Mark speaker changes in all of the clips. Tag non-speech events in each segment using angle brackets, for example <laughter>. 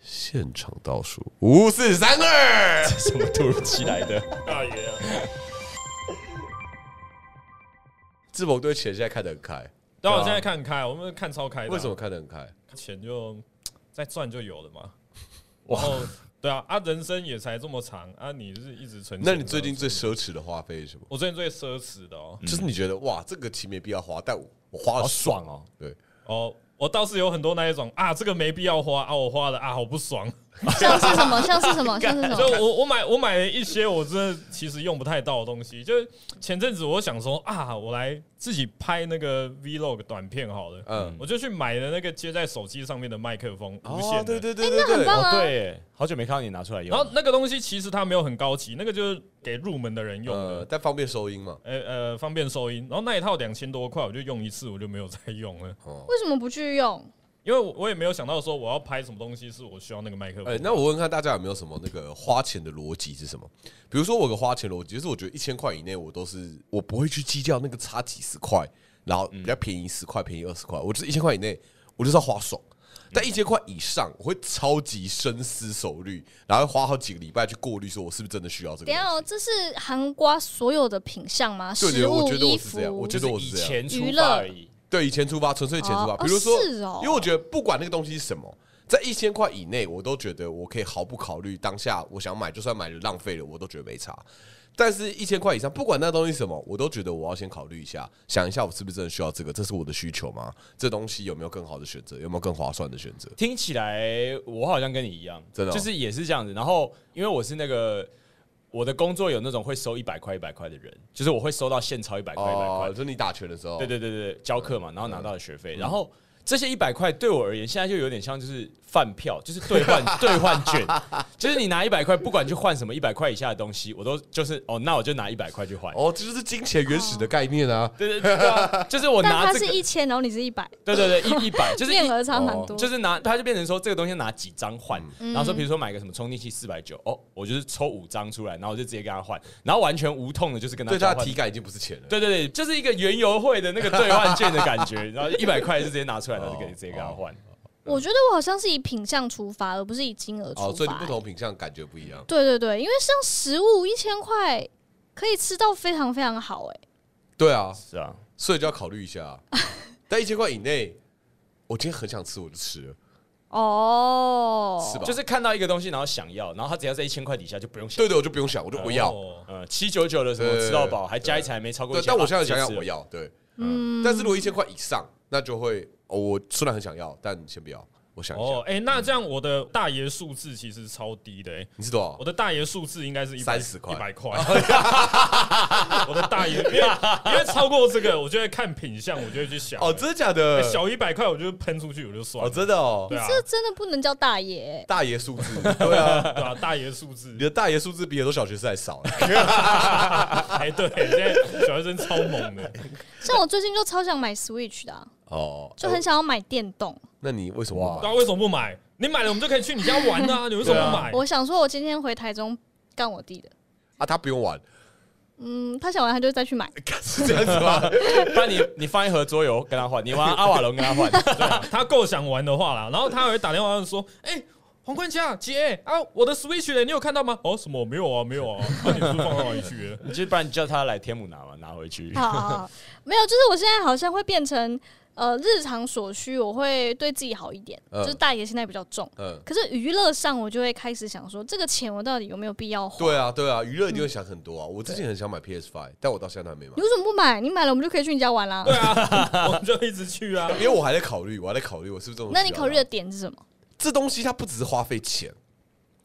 Speaker 1: 现场倒数五四三二，
Speaker 2: 什么突如其来的？
Speaker 3: 大爷啊！
Speaker 1: 志鹏对钱现在看得很开，
Speaker 3: 但我现在看开，我们看超开的啊。
Speaker 1: 啊为什么看得很开？
Speaker 3: 钱就再赚就有了嘛？然后对啊，啊，人生也才这么长啊，你是一直存钱。
Speaker 1: 那你最近最奢侈的花费是什么？
Speaker 3: 我最近最奢侈的哦，
Speaker 1: 就是你觉得哇，这个钱没必要花，但我我花
Speaker 2: 好
Speaker 1: 了
Speaker 2: 爽哦！
Speaker 1: 对，
Speaker 3: 哦，我倒是有很多那一种啊，这个没必要花啊，我花了啊，好不爽。
Speaker 4: 像是什么？像是什么？像是什
Speaker 1: <laughs>
Speaker 3: 所以
Speaker 4: 么？
Speaker 3: 我我买我买了一些我真的其实用不太到的东西，就是前阵子我想说啊，我来自己拍那个 vlog 短片好了，
Speaker 1: 嗯，
Speaker 3: 我就去买了那个接在手机上面的麦克风，无线
Speaker 1: 哦，
Speaker 3: 的。
Speaker 1: 对对对对
Speaker 4: 那
Speaker 1: 对
Speaker 4: 很
Speaker 2: <laughs>
Speaker 4: 棒
Speaker 2: 哦，
Speaker 4: 啊！
Speaker 2: 对耶，好久没看到你拿出来用
Speaker 3: 然。后那个东西其实它没有很高级，那个就是给入门的人用的
Speaker 1: 呃，，但方便收音嘛，
Speaker 3: 呃呃，方便收音。然后那一套两千多块，我就用一次，我就没有再用了，
Speaker 1: 哦，
Speaker 4: 为什么不去用？
Speaker 3: 因为我我也没有想到说我要拍什么东西是我需要那个麦克风。
Speaker 1: 哎，那我问看大家有没有什么那个花钱的逻辑是什么？比如说我有个花钱逻辑，就是我觉得一千块以内我都是我不会去计较那个差几十块，然后比较便宜十块，便宜二十块，我就是一千块以内，我就是要花爽。但一千块以上，我会超级深思熟虑，然后花好几个礼拜去过滤，说我是不是真的需要这个
Speaker 4: 等一
Speaker 1: 东西。
Speaker 4: 下哦，这是含瓜所有的品相吗？
Speaker 1: 对
Speaker 4: 食
Speaker 1: 我
Speaker 4: 物、
Speaker 1: 觉得我
Speaker 4: 衣
Speaker 1: 是这样
Speaker 4: 服
Speaker 1: 我觉，得我是
Speaker 2: 以
Speaker 1: 这样
Speaker 2: 前出
Speaker 4: 娱
Speaker 2: 发
Speaker 4: 乐
Speaker 2: 而已，
Speaker 1: 对，以前出发，纯粹以前出发。
Speaker 4: 哦
Speaker 1: 比如说，
Speaker 4: 哦是哦
Speaker 1: 因为我觉得不管那个东西是什么，在一千块以内，我都觉得我可以毫不考虑当下我想买，就算买了浪费了，我都觉得没差。但是，一千块以上，不管那东西是什么，我都觉得我要先考虑一下，想一下我是不是真的需要这个，这是我的需求吗？这东西有没有更好的选择？有没有更划算的选择？
Speaker 2: 听起来我好像跟你一样，
Speaker 1: 真的哦
Speaker 2: 就是也是这样子。然后因为我是那个我的工作有那种会收一百块一百块的人，就是我会收到现钞一百块一百块
Speaker 1: 哦，，就你打拳的时候，
Speaker 2: 对对对对，教课嘛，然后拿到了学费，然后这些一百块对我而言，现在就有点像就是饭票，就是兑换 <laughs> 兑换券，就是你拿一百块，不管去换什么一百块以下的东西，我都就是哦，那我就拿一百块去换。
Speaker 1: 哦，这就是金钱原始的概念啊。
Speaker 2: 对对对对啊，就是我
Speaker 4: 但
Speaker 2: 拿
Speaker 4: 它
Speaker 2: 这
Speaker 4: 是
Speaker 2: 个，
Speaker 4: 一千，然后你是一百，
Speaker 2: 对对对，一一百就是一哦
Speaker 4: 面额差蛮
Speaker 1: 哦
Speaker 4: 多。
Speaker 2: 就是拿，它就变成说这个东西拿几张换，
Speaker 4: 嗯
Speaker 2: 然后说比如说买个什么充电器四百九，哦，我就是抽五张出来，然后我就直接跟他换，然后完全无痛的，就是跟他
Speaker 1: 对他
Speaker 2: 交
Speaker 1: 的
Speaker 2: 换
Speaker 1: 体。感已经不是钱了。
Speaker 2: 对对对，就是一个原油会的那个兑换券的感觉，然后一百块就直接拿出来，然后就可以
Speaker 1: 哦
Speaker 2: 直接跟他换。
Speaker 4: 我觉得我好像是以品相出发，而不是以金额出发、
Speaker 1: 哦，所以你不同品相感觉不一样。
Speaker 4: 对对对，因为像食物一千块可以吃到非常非常好、哎，
Speaker 1: 对啊，
Speaker 2: 是啊，
Speaker 1: 所以就要考虑一下。啊但一千块以内，我今天很想吃，我就吃了，
Speaker 4: 哦，
Speaker 1: 是吧？
Speaker 2: 就是看到一个东西，然后想要，然后他只要在一千块底下就不用想。
Speaker 1: 对对，我就不用想，我就我要。
Speaker 3: 哦
Speaker 2: 呃，七九九的什么
Speaker 1: 对
Speaker 2: 吃到饱，还加一餐还没超过
Speaker 1: 对
Speaker 2: 一，千。
Speaker 1: 但我现在
Speaker 2: 啊
Speaker 1: 想
Speaker 2: 就
Speaker 1: 想
Speaker 2: 吃了
Speaker 1: 我要对，嗯。但是如果一千块以上，那就会哦，我虽然很想要，但先不要，我想一
Speaker 3: 哦，
Speaker 1: 下。
Speaker 3: 哎、那这样我的大爷数字其实超低的、哎，
Speaker 1: 你是多少
Speaker 3: 我？的大爷数字应该是一百
Speaker 1: 30块
Speaker 3: 一
Speaker 1: <laughs>
Speaker 3: 百块。 <laughs> 我的大爷，因为因为超过这个，我就会看品相，我就会去想。
Speaker 1: 哦，真的假
Speaker 3: 哎
Speaker 1: 的？
Speaker 3: 小一百块，我就喷出去，我就
Speaker 1: 哦，
Speaker 3: 算了。
Speaker 1: 真的哦
Speaker 3: 对。啊，
Speaker 4: 这真的不能叫大爷、欸
Speaker 1: 大爷数 <laughs> 字，对啊，
Speaker 3: 对啊，大爷数字
Speaker 1: <laughs> 你，的大爷数字比很多小学生还少。
Speaker 3: <laughs> 哎，对，现在小学生超猛的。
Speaker 4: 像我最近就超想买 Switch 的啊、
Speaker 1: 哦，
Speaker 4: 就很想要买电动。
Speaker 1: 那你为什么不
Speaker 3: 对
Speaker 1: 买？
Speaker 3: 啊，为什么不买？你买了，我们就可以去你家玩啊！你为什么不买？
Speaker 1: 哎
Speaker 4: 我想说，我今天回台中干我弟的，
Speaker 1: 啊，他不用玩，
Speaker 4: 嗯，他想玩他就再去买。
Speaker 1: 是这样子 <laughs> 吗？
Speaker 2: 不然你你放一盒桌游跟他换，你玩阿瓦隆跟他换， <laughs>
Speaker 3: 对啊他够想玩的话啦，然后他还会打电话说：“哎、黄冠佳姐啊，我的 Switch 嘞，你有看到吗？”哦，什么没有啊，没有啊，那、你是不是放到哪里去了？
Speaker 2: 你就不然你叫他来天母拿嘛，拿回去。
Speaker 4: 好好好，没有，就是我现在好像会变成呃日常所需，我会对自己好一点，
Speaker 1: 嗯
Speaker 4: 就是大爷现在比较重。
Speaker 1: 嗯，
Speaker 4: 可是娱乐上，我就会开始想说，这个钱我到底有没有必要花？
Speaker 1: 对啊，对啊，娱乐你会想很多啊。我之前很想买 PS Five，但我到现在都还没买
Speaker 4: 你。为什么不买？你买了我们就可以去你家玩啦。
Speaker 3: 对啊，我们就一直去啊。
Speaker 1: 因为我还在考虑，我还在考虑我是不啊是这种。
Speaker 4: 那你考虑的点是什么？
Speaker 1: 这东西，它不只是花费钱，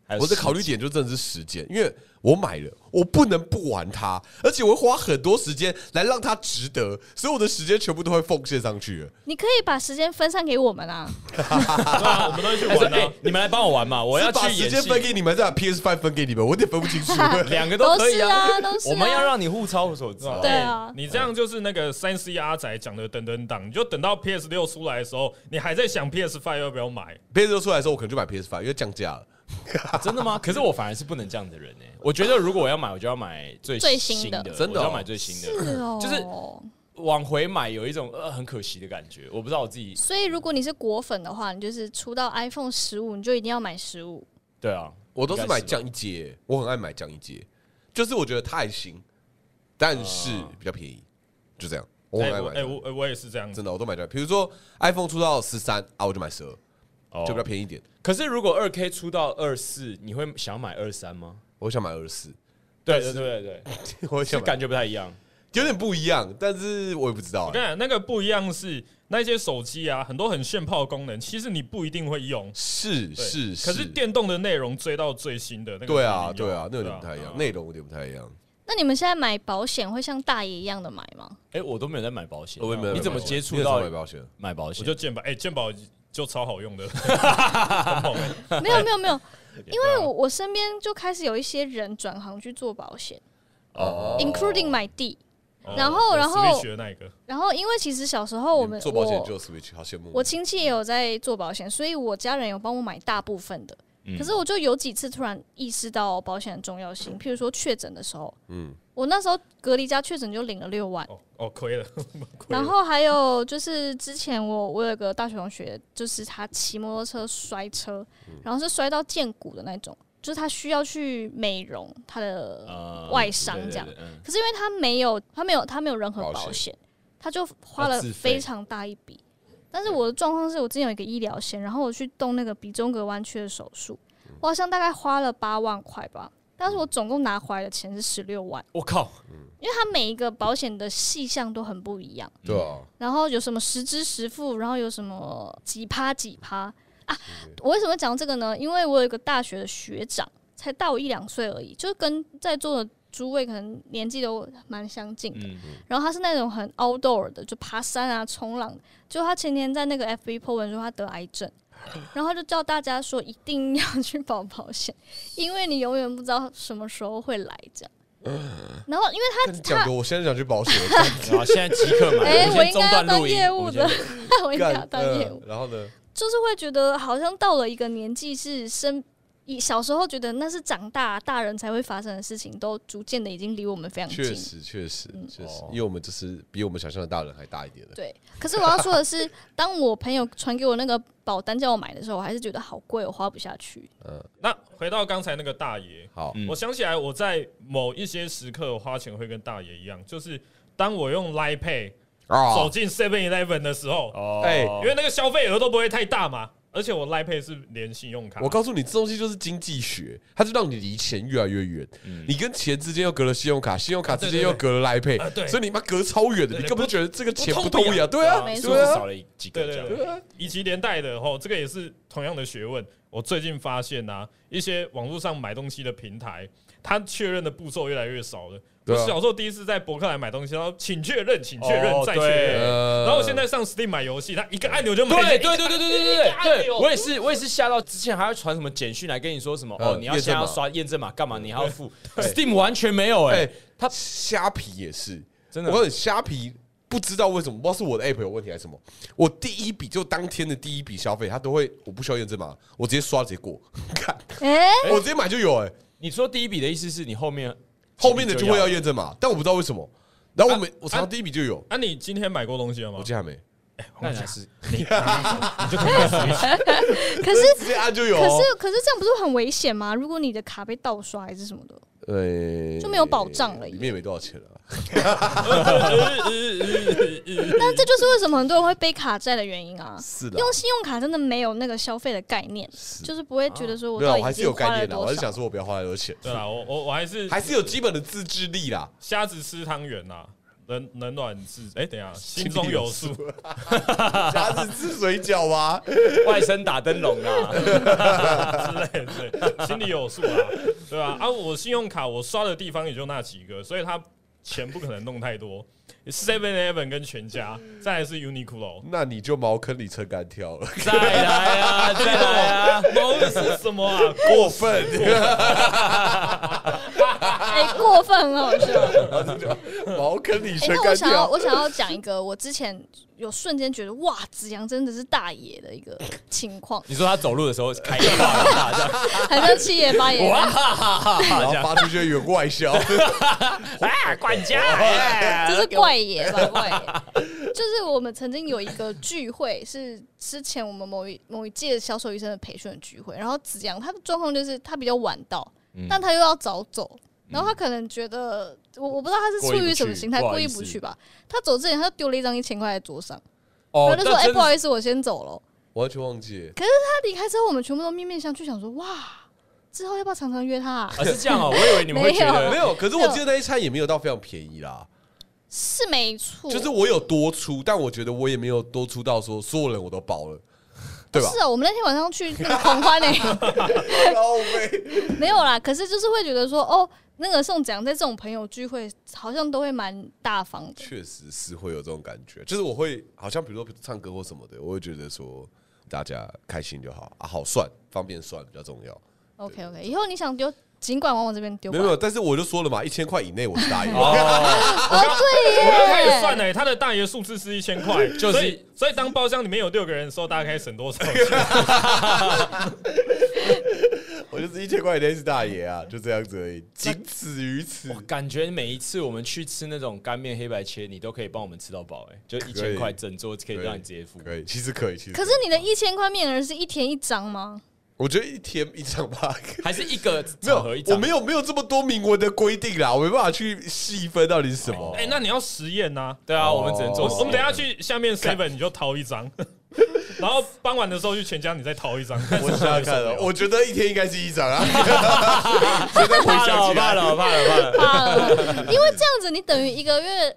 Speaker 2: 还有
Speaker 1: 我的考虑
Speaker 2: 时间
Speaker 1: 点就真的是时间，因为我买了，我不能不玩它，而且我会花很多时间来让它值得，所以我的时间全部都会奉献上去了。
Speaker 4: 你可以把时间分散给我们啊。
Speaker 3: 对啊，我们都会去
Speaker 2: 还是
Speaker 3: 玩
Speaker 2: 哎、
Speaker 3: 啊。
Speaker 2: 你们来帮我玩嘛，我要
Speaker 1: 是把
Speaker 2: 去
Speaker 1: 时
Speaker 2: 演
Speaker 1: 间分
Speaker 2: 戏，
Speaker 1: 给你们，再把 PS Five 分给你们，我有点分不清
Speaker 4: <laughs>
Speaker 1: 楚。
Speaker 2: 两个都可以
Speaker 4: 都是啊都是啊
Speaker 2: 我们要让你物超所值。
Speaker 4: 对啊
Speaker 3: 你这样就是那个三 C 阿仔讲的等等档，你就等到 PS 六出来的时候，你还在想 PS Five 要不要买？
Speaker 1: PS 都出来的时候，我可能就买 PS Five，因为降价了。
Speaker 2: 真的吗？哎可是我反而是不能这样的人欸呢、我觉得如果我要买，我就要买最
Speaker 4: 最
Speaker 2: 新
Speaker 4: <laughs> 新的
Speaker 2: 的，
Speaker 1: 真的哦
Speaker 2: 我就要买最新的。
Speaker 4: 是哦
Speaker 2: 就是往回买有一种呃很可惜的感觉。我不知道我自己
Speaker 4: 所以如果你是果粉的话，你就是出到 iPhone 十五，你就一定要买十五。
Speaker 2: 对啊，
Speaker 1: 我都是买
Speaker 2: 酱。
Speaker 1: 降一阶，我很爱买降一阶，就是我觉得它还行，但是
Speaker 2: 啊
Speaker 1: 比较便宜，就这样。我很
Speaker 3: 哎
Speaker 1: 爱
Speaker 3: 我
Speaker 1: 买
Speaker 3: 哎
Speaker 1: 降
Speaker 3: 我
Speaker 1: 一阶，
Speaker 3: 哎我也是这样子，
Speaker 1: 真的我都买这样。比如说 iPhone 出到十三啊，我就买十二，
Speaker 2: 哦
Speaker 1: 就比较便宜一点。
Speaker 2: 可是如果二 K 出到二四，你会想买二三吗？
Speaker 1: 我想买二十
Speaker 2: <laughs>
Speaker 1: 四，
Speaker 2: 对对对对对，
Speaker 1: 我
Speaker 2: 就
Speaker 1: 想买
Speaker 2: 感觉不太一样。
Speaker 1: 有点不一样，但是我也不知道
Speaker 3: 我
Speaker 1: 欸、
Speaker 3: 跟你讲，那个不一样是那些手机啊，很多很炫炮的功能，其实你不一定会用。
Speaker 1: 是
Speaker 3: 对
Speaker 1: 是是，
Speaker 3: 可是电动的内容追到最新的那个不一
Speaker 1: 对
Speaker 3: 定
Speaker 1: 啊
Speaker 3: 用，
Speaker 1: 对啊，那有点不太一样，内容有点不太一样。
Speaker 4: 那你们现在买保险会像大爷一样的买吗？
Speaker 2: 哎，我都没有在买保险，
Speaker 1: 我也没有买
Speaker 2: 啊你怎么
Speaker 1: 保险
Speaker 2: 接触
Speaker 1: 你怎么
Speaker 2: 到
Speaker 1: 买保险？
Speaker 2: 买保险？
Speaker 3: 我就鉴宝，哎、鉴宝就超好用的，很猛
Speaker 1: <laughs>
Speaker 3: 哎
Speaker 4: 没有没有没有，因
Speaker 1: 啊
Speaker 4: 为我我身边就开始有一些人转行去做保险、
Speaker 1: 哦
Speaker 4: i n c l u d i n g 买地。
Speaker 3: 哦
Speaker 4: 然后
Speaker 3: 我
Speaker 4: 然后
Speaker 3: Switch 的那一个，
Speaker 4: 然后因为其实小时候我们
Speaker 1: 做保险
Speaker 4: 我
Speaker 1: 就有 Switch，好羡慕。
Speaker 4: 我亲戚也有在做保险，所以我家人有帮我买大部分的。
Speaker 1: 嗯
Speaker 4: 可是我就有几次突然意识到保险的重要性，譬如说确诊的时候，
Speaker 1: 嗯，
Speaker 4: 我那时候隔离家确诊就领了六万，
Speaker 3: 哦哦亏了，亏
Speaker 4: 然
Speaker 3: 了。
Speaker 4: 后还有就是之前我我有个大学同学，就是他骑摩托车摔车，然后是摔到见骨的那种，就是他需要去美容他的，
Speaker 2: 呃
Speaker 4: 外伤这样
Speaker 2: 对对对嗯
Speaker 4: 可是因为他没有他没有他没有任何
Speaker 1: 保
Speaker 4: 保
Speaker 1: 险
Speaker 4: 险，他就花了
Speaker 2: 要自费
Speaker 4: 非常大一笔。但是我的状况是我之前有一个医疗险，然后我去动那个鼻中隔弯曲的手术，我好像大概花了八万块吧，但是我总共拿回来的钱是十六万，
Speaker 2: 我靠，
Speaker 4: 因为它每一个保险的细项都很不一样。
Speaker 1: 对啊，
Speaker 4: 然后有什么十支十付，然后有什么几趴几趴啊？我为什么讲这个呢？因为我有一个大学的学长，才大我一两岁而已，就跟在座的诸位可能年纪都蛮相近的。
Speaker 2: 嗯，
Speaker 4: 然后他是那种很 outdoor 的，就爬山啊、冲浪。就他前天在那个 FB po 文说他得癌
Speaker 2: <laughs>
Speaker 4: 症，然后他就叫大家说一定要去保保险，因为你永远不知道什么时候会来这样。
Speaker 2: <laughs>
Speaker 4: 然后因为他
Speaker 1: 跟你讲的，我现在想去保
Speaker 4: <laughs>
Speaker 1: 险，我干
Speaker 2: 然后现在即刻买，
Speaker 4: 哎
Speaker 2: 们
Speaker 4: 我
Speaker 2: 先
Speaker 4: 应
Speaker 2: 中断
Speaker 4: 该要当
Speaker 2: 录音
Speaker 4: 业
Speaker 2: 我
Speaker 4: 务
Speaker 2: 们
Speaker 4: 的
Speaker 2: 先
Speaker 4: <laughs> 我一定要当业务
Speaker 1: 嗯，然后呢？
Speaker 4: 就是会觉得好像到了一个年纪是生。以小时候觉得那是长大大人才会发生的事情，都逐渐的已经离我们非常
Speaker 1: 确
Speaker 4: 近。
Speaker 1: 实，确实，确实
Speaker 2: 哦，
Speaker 1: 因为我们就是比我们想象的大人还大一点的。
Speaker 4: 嗯对，可是我要说的是，当我朋友传给我那个保单叫我买的时候，我还是觉得好贵，我花不下
Speaker 1: <laughs>
Speaker 4: 去。
Speaker 3: 那回到刚才那个大爷，
Speaker 1: 好，
Speaker 2: 嗯
Speaker 3: 我想起来我在某一些时刻花钱会跟大爷一样，就是当我用 Line Pay 走
Speaker 1: 啊，
Speaker 3: 进 Seven Eleven 的时候，
Speaker 2: 哦，
Speaker 1: 哎
Speaker 3: 因为那个消费额都不会太大嘛，而且我 Line Pay 是连信用卡，
Speaker 1: 我告诉你，这东西就是经济学，它就让你离钱越来越远。你跟钱之间又隔了信用卡，信用卡之间又隔了来配
Speaker 3: 嗯啊啊，对
Speaker 1: 所以你妈隔超远的，
Speaker 3: 对
Speaker 1: 你
Speaker 3: 对
Speaker 1: 根本就觉得这个钱
Speaker 3: 不
Speaker 1: 不
Speaker 3: 痛
Speaker 1: 痛
Speaker 3: 不
Speaker 1: 痒，对啊，
Speaker 4: 没
Speaker 2: 是
Speaker 4: 错
Speaker 2: 不
Speaker 1: 对
Speaker 2: 是
Speaker 1: 啊
Speaker 2: 少，了一几个
Speaker 3: 对
Speaker 2: 这样？
Speaker 3: 对对，啊以及连带的吼，这个也是同样的学问。我最近发现啊，一些网络上买东西的平台，它确认的步骤越来越少了。
Speaker 1: 对
Speaker 3: 我
Speaker 1: 啊
Speaker 3: 小时候第一次在博客来买东西，然后请确认，请确认，
Speaker 2: 哦
Speaker 3: 再
Speaker 2: 对
Speaker 3: 确认。
Speaker 1: 呃
Speaker 3: 然后我现在上 Steam 买游戏，它一个按钮就买。
Speaker 2: 对对对对对对对对对，
Speaker 3: 钮
Speaker 2: 我也是我也是吓到，之前还要传什么简讯来跟你说什么哦，
Speaker 1: 嗯
Speaker 2: 你要现
Speaker 1: 验证
Speaker 2: 在
Speaker 1: 码
Speaker 2: 要刷验证码干嘛？你还要付 Steam 完全没有哎
Speaker 1: 哎，，他虾皮也是，
Speaker 2: 真的
Speaker 1: 我告诉你，虾皮不知道为什么，不知道是我的 app 有问题还是什么，我第一笔就当天的第一笔消费，他都会我不需要验证码，我直接刷直接过， <laughs> 看
Speaker 4: 哎、
Speaker 1: 我直接买就有哎、
Speaker 2: 你说第一笔的意思是你后面
Speaker 1: 后面的就会要
Speaker 2: 验
Speaker 1: 验证码，但我不知道为什么，然后我每、
Speaker 3: 啊
Speaker 1: 我常常第一笔就有，
Speaker 3: 啊，你今天买过东西了吗
Speaker 1: 我？记得还没，
Speaker 2: 那你还是
Speaker 4: 可是
Speaker 1: 直接按就有、
Speaker 4: 可
Speaker 1: 哦，
Speaker 4: 是可是这样不是很危险吗？如果你的卡被盗刷还是什么的，
Speaker 1: 呃
Speaker 4: 就没有保障了耶
Speaker 1: 里面也没多少钱了、啊
Speaker 2: 呃
Speaker 4: 但这就是为什么很多人会背卡债的原因啊。
Speaker 1: 是的，
Speaker 4: 用信用卡真的没有那个消费的概念，
Speaker 1: 是
Speaker 4: 就是不会觉得说我
Speaker 1: 没有
Speaker 4: 到
Speaker 1: 啊，
Speaker 4: 底
Speaker 1: 我还
Speaker 4: 已
Speaker 1: 是有
Speaker 4: 经
Speaker 1: 概
Speaker 4: 花了
Speaker 1: 念的，我
Speaker 4: 多
Speaker 1: 还是
Speaker 4: 少
Speaker 1: 想。说我不要花太多钱，
Speaker 3: 对啊，我我我还是
Speaker 1: 还是有基本的自制力
Speaker 4: <laughs>
Speaker 1: 啦，
Speaker 3: 瞎子吃汤圆呐，冷冷暖自哎，等一下，心中有数。
Speaker 1: 家是吃水饺啊吗？
Speaker 2: 外甥打灯笼啊啦，
Speaker 3: 之类的，心里有数啊，对吧、啊？我信用卡我刷的地方也就那几个，所以他钱不可能弄太多。Seven Eleven 跟全家，再来是 Uniqlo。
Speaker 1: 那你就茅坑里撑杆跳
Speaker 4: <laughs>
Speaker 1: 了，
Speaker 2: 再来啊，再来啊，，
Speaker 3: 毛是什么啊？
Speaker 1: 过分。啊
Speaker 4: 哎、哎，过分，很好笑。
Speaker 1: 茅坑里 <laughs>
Speaker 4: 哎、
Speaker 1: 全
Speaker 4: 那我
Speaker 1: 干
Speaker 4: 想要，
Speaker 1: 掉。
Speaker 4: 我想要讲一个，我之前有瞬间觉得哇，子阳真的是大爷的一个情况
Speaker 2: 你说他走路的时候开一个大大这样，
Speaker 4: 好像七爷八爷。
Speaker 1: 然后发出去有外销， <laughs>
Speaker 2: 啊，管家，哎
Speaker 4: 这是怪爷吧？怪爷，就是我们曾经有一个聚会，是之前我们某一某一届销售医生的培训的聚会，然后子阳他的状况就是他比较晚到，但他又要早走，然后他可能觉得我我不知道他是出于什么心态
Speaker 2: 过
Speaker 4: 故
Speaker 2: 意
Speaker 4: 意
Speaker 2: 不去
Speaker 4: 不去吧，他走之前他就丢了一张一千块在桌上，然
Speaker 2: 哦
Speaker 4: 后就说：“哎，不好
Speaker 2: 意
Speaker 4: 意思，我先走了。”
Speaker 1: 完全忘记。
Speaker 4: 他离开之后，我们全部都面面相觑，想说：“哇，之后要不要常常约他、啊？”
Speaker 1: 呃
Speaker 2: 思，是这样哦，我以为你们会觉
Speaker 1: 没
Speaker 2: 得
Speaker 1: 有，可是我记得那一餐也没有到非常便宜啦，
Speaker 4: 是没错，
Speaker 1: 就是我有多出，但我觉得我也没有多出到说所有人我都包了，对吧
Speaker 4: 是？啊，啊我们那天晚上去那个狂欢呢、欸
Speaker 1: <laughs> 高飞，
Speaker 4: 没有啦，可是就是会觉得说，哦，那个宋子阳在这种朋友聚会，好像都会蛮大方的。
Speaker 1: 确实是会有这种感觉，就是我会好像比如说唱歌或什么的，我会觉得说大家开心就好啊，好算方便算比较重要。
Speaker 4: OK OK，以后你想丢，尽管往我这边丢吧。
Speaker 1: 没有，没有，但是我就说了嘛，一千块以内我是答应的。
Speaker 2: <laughs> 哦，
Speaker 4: 哦，对
Speaker 3: 我刚开始算
Speaker 4: 耶，
Speaker 3: 呢、他啊的大爷数字是一千块，
Speaker 2: 就是
Speaker 3: 所以所以当包厢里面有六个人的时候，大概省多少钱？
Speaker 1: 我就是一千块以内是大爷啊，就这样子而已，仅此于此。
Speaker 2: 我感觉每一次我们去吃那种干面黑白切，你都可以帮我们吃到饱，哎，就一千块整桌可以让你直接付。
Speaker 1: 可以，其实可以，其实
Speaker 4: 可是你的一千块面额是一天一
Speaker 1: <laughs>
Speaker 4: 张吗？
Speaker 1: 我觉得一天一张 <laughs> 吧，
Speaker 2: 还是一个
Speaker 1: 没
Speaker 2: 组合一
Speaker 1: 有，我
Speaker 2: 张
Speaker 1: 没，有没有这么多明文的规定啦，我没办法去细分到底是什么。
Speaker 3: 哎、那你要实验呐、
Speaker 2: 对啊，我们只能做
Speaker 1: 哦。
Speaker 3: 我们等一下去下面 seven 你就掏一张，然后傍晚的时候去全家你再掏一张。
Speaker 1: 我想想看
Speaker 3: 了
Speaker 1: 哦， <laughs> 我觉得一天应该是一张啊。现在回
Speaker 2: 怕
Speaker 1: 想
Speaker 2: 了，
Speaker 1: 起
Speaker 2: 怕
Speaker 1: 来，
Speaker 2: 了，怕了，怕了。
Speaker 4: 怕了，啊因为这样子你等于一个月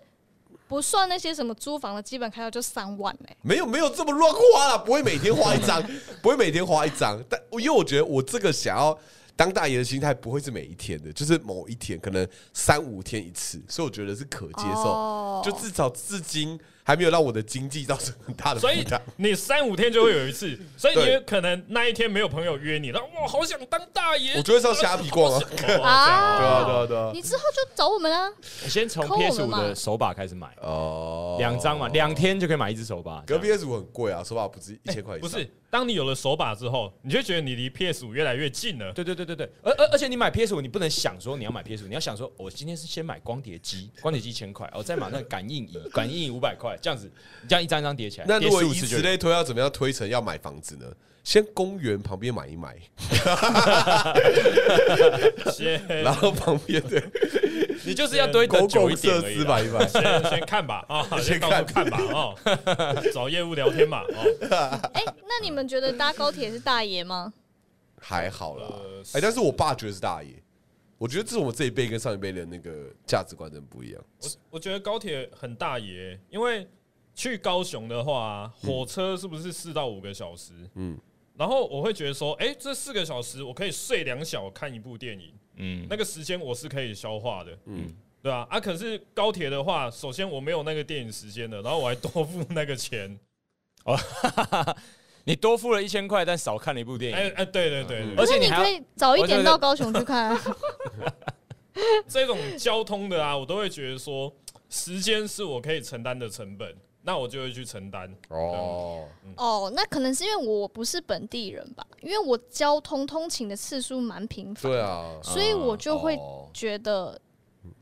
Speaker 4: 不算那些什么租房的基本开销就三万欸嘞、
Speaker 1: 没有没有这么乱花啦，不会每天花一 <laughs> 张，不会每天花一张。但因为我觉得我这个想要当大爷的心态不会是每一天的，就是某一天可能三五天一次，所以我觉得是可接受。
Speaker 4: 哦
Speaker 1: 就至少至今还没有让我的经济造成很大的负
Speaker 3: 所以
Speaker 1: 担。
Speaker 3: 你三五天就会有一次，所以你
Speaker 1: 对
Speaker 3: 可能那一天没有朋友约你，然后哇，好想当大爷，
Speaker 1: 我就会上虾皮逛啊。
Speaker 3: <laughs> 啊，
Speaker 1: 对
Speaker 2: 哦
Speaker 1: 啊，对
Speaker 4: 啊，
Speaker 1: 啊，对啊。
Speaker 4: 你之后就找我们啊。
Speaker 2: 你先从
Speaker 4: 抠我们
Speaker 2: PS 五
Speaker 4: 嘛
Speaker 2: 的手把开始买，
Speaker 1: 哦，
Speaker 2: 两张嘛，两天就可以买一只手把。
Speaker 1: 隔壁 S 五很贵啊，手把不是一
Speaker 2: 哎
Speaker 1: 千块以
Speaker 3: 不
Speaker 1: 上，
Speaker 3: 是，当你有了手把之后，你就觉得你离 PS 五越来越
Speaker 1: <laughs>
Speaker 3: 近了。
Speaker 2: 对对对对对，而而而且你买 PS 五，你不能想说你要买 PS 五，你要想说，哦我今天是先买光碟机， <laughs> 光碟机一千块，哦我再买那个感应仪，感应仪五百块，这样子， <laughs> 你这样一张一张叠起来，
Speaker 1: 那
Speaker 2: 叠
Speaker 1: 如果
Speaker 2: 十
Speaker 1: 以
Speaker 2: 五次
Speaker 1: 此
Speaker 2: 就有。
Speaker 1: 类推，要怎么样推成要买房子呢？先公园旁边买一买，
Speaker 3: 先先
Speaker 1: 然后旁边的
Speaker 2: <laughs> 你就是要堆
Speaker 1: 公
Speaker 2: 等哎久
Speaker 1: 共
Speaker 2: 一点
Speaker 1: 设
Speaker 2: 而已
Speaker 1: 施
Speaker 2: 啦。
Speaker 1: 买一买。
Speaker 3: 先看吧啊，
Speaker 1: 先
Speaker 3: 先到
Speaker 1: 看
Speaker 3: 处看吧啊，找业务聊天嘛哦。
Speaker 4: 哎、那你们觉得搭高铁是大爷吗？
Speaker 1: 还好啦
Speaker 3: 呃，
Speaker 1: 哎，但是我爸觉得是大爷，我觉得这是我们这一辈跟上一辈的那个价值观真的不一样。
Speaker 3: 我我觉得高铁很大爷，因为去高雄的话，火车是不是四到五个小时？
Speaker 1: 嗯
Speaker 3: 嗯，然后我会觉得说，哎、这四个小时我可以睡两小看一部电影，
Speaker 2: 嗯，
Speaker 3: 那个时间我是可以消化的。嗯。对啊，啊，可是高铁的话，首先我没有那个电影时间的，然后我还多付那个钱。
Speaker 2: 你多付了一千块，但少看了一部电
Speaker 3: 哎、
Speaker 2: 影
Speaker 3: 哎、。对对对对
Speaker 2: 而且
Speaker 4: 那
Speaker 2: 你
Speaker 4: 你
Speaker 2: 还要
Speaker 4: 可以早一点到高雄去看、
Speaker 1: <laughs>
Speaker 4: 啊。
Speaker 3: 这种交通的啊，我都会觉得说，时间是我可以承担的成本，那我就会去承担。
Speaker 1: 哦，
Speaker 4: 哦，那可能是因为我不是本地人吧，因为我交通通勤的次数蛮频繁，
Speaker 1: 对，啊，
Speaker 4: 所以我就会
Speaker 1: 哦
Speaker 4: 觉得，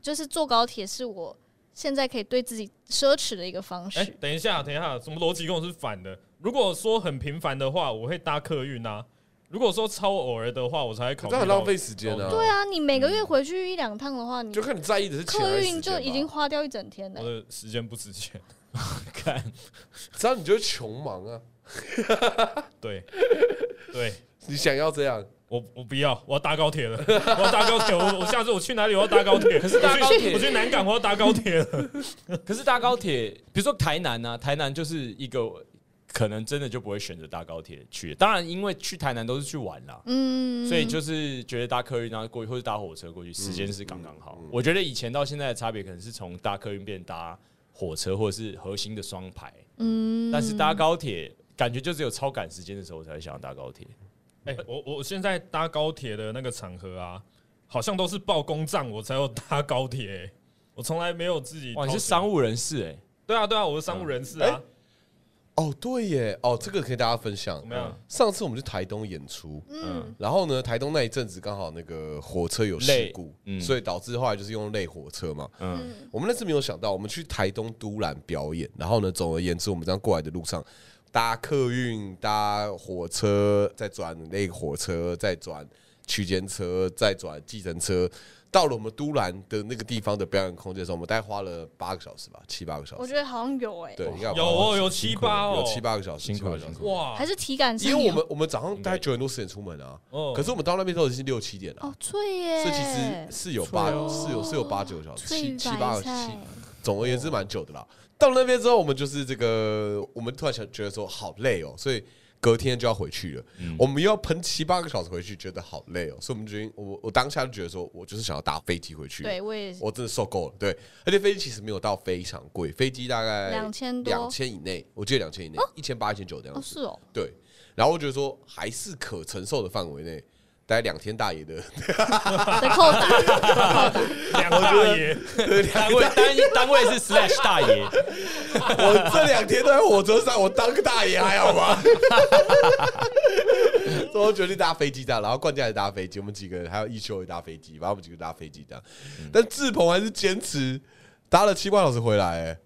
Speaker 4: 就是坐高铁是我现在可以对自己奢侈的一个方式。
Speaker 3: 哎、等一下，等一下，什么逻辑跟我是反的？如果说很频繁的话，我会搭客运啊；如果说超偶尔的话，我才会考
Speaker 1: 可
Speaker 3: 虑
Speaker 1: 这
Speaker 3: 到。哦
Speaker 1: 很浪费时间啊。
Speaker 4: 对，啊，你每个月回去一两趟的话，你
Speaker 1: 就看你在意的是钱还
Speaker 4: 客
Speaker 1: 是时
Speaker 4: 运
Speaker 1: 间吧啊
Speaker 4: 就已经，花掉一整天了
Speaker 3: 我。的时间不值钱。 <laughs>
Speaker 2: 看，
Speaker 1: 这样你就是穷忙啊。
Speaker 3: 对，对
Speaker 1: 你想要这样，
Speaker 3: 我我不要，我要搭高铁了， <laughs> 我要搭高铁。我我下次我去哪里我要搭高铁？可
Speaker 2: 是搭高铁
Speaker 3: 我去南港我要搭高铁了。 <laughs>
Speaker 2: 可是搭高铁，比如说台南啊，台南就是一个可能真的就不会选择搭高铁去。当然，因为去台南都是去玩啦，
Speaker 4: 嗯，
Speaker 2: 所以就是觉得搭客运然后过去，或是搭火车过去，时间是刚刚
Speaker 4: 嗯
Speaker 2: 好。我觉得以前到现在的差别，可能是从搭客运变搭火车，或者是核心的双排。
Speaker 4: 嗯，
Speaker 2: 但是搭高铁，感觉就只有超赶
Speaker 4: 嗯
Speaker 2: 时间的时候，我才会想要搭高铁。
Speaker 3: 哎、我我现在搭高铁的那个场合啊，好像都是报公账我才有搭高铁、欸我从来没有自己。
Speaker 2: 哇，哦你是商
Speaker 3: 务？
Speaker 2: 务人士哎、
Speaker 4: <laughs>
Speaker 3: 对啊，对啊，我是商务人士啊。
Speaker 1: 哎哦，对耶，哦，这个可以大家分享
Speaker 3: 怎。么样？
Speaker 1: 上次我们去台东演出，
Speaker 4: 嗯，
Speaker 1: 然后呢，台东那一阵子刚好那个火车有事故，
Speaker 2: 累嗯
Speaker 1: 所以导致后来就是用类火车嘛。
Speaker 2: 嗯，
Speaker 1: 我们那次没有想到，我们去台东都兰表演，然后呢，总而言之，我们这样过来的路上，搭客运、搭火车，再转那个火车，再转区间车，再转计程车，到了我们都兰的那个地方的表演空间的时候，我们大概花了八个小时吧，七八个小
Speaker 4: 我
Speaker 1: 时。
Speaker 4: 觉得好像有哎、
Speaker 1: 对，应该
Speaker 3: 有哦有七八哦
Speaker 1: 有七八个小时，
Speaker 2: 辛苦了
Speaker 1: 七八个小
Speaker 2: 辛
Speaker 1: 时
Speaker 2: 苦
Speaker 3: 哇
Speaker 4: 还，是体感上
Speaker 1: 因
Speaker 4: 有，
Speaker 1: 为我们我们早上大概九点多十点出门啊，
Speaker 3: 哦
Speaker 1: 可是我们到那边都已经六七点了，
Speaker 4: 哦，醉耶，
Speaker 1: 所以其实是有八是
Speaker 3: 哦
Speaker 1: 有是有八九个小时，
Speaker 4: 翠
Speaker 1: 七
Speaker 4: 白
Speaker 1: 七八个
Speaker 4: 菜
Speaker 1: 七，总而言之蛮久的啦。到了那边之后，我们就是这个，我们突然想觉得说好累哦，所以隔天就要回去了。我们又要喷七八个小时回去，觉得好累哦，所以我们决定，我我当下就觉得说我就是想要搭飞机回去。
Speaker 4: 对我也是，
Speaker 1: 我真的受够了，对，而且飞机其实没有到非常贵，飞机大概
Speaker 4: 2000多
Speaker 1: 两千以内，我记得两千以内，一千八一千九这样
Speaker 4: 哦
Speaker 1: 子。
Speaker 4: 是
Speaker 1: <laughs>
Speaker 4: 哦，
Speaker 1: 对，然后我觉得说还是可承受的范围内，大概两天大爷的，
Speaker 4: 得扣打，
Speaker 3: 两大爷，
Speaker 2: 单位单单位是 slash 大爷，
Speaker 1: 我这两天都在火车上，我当个大爷还好吗？ <laughs> 所以我决定搭飞机这样，然后冠家也搭飞机，我们几个人还有一休也搭飞机，反正我们几个搭飞机这样。
Speaker 2: 嗯
Speaker 1: 但志鹏还是坚持搭了七八小时回来、欸，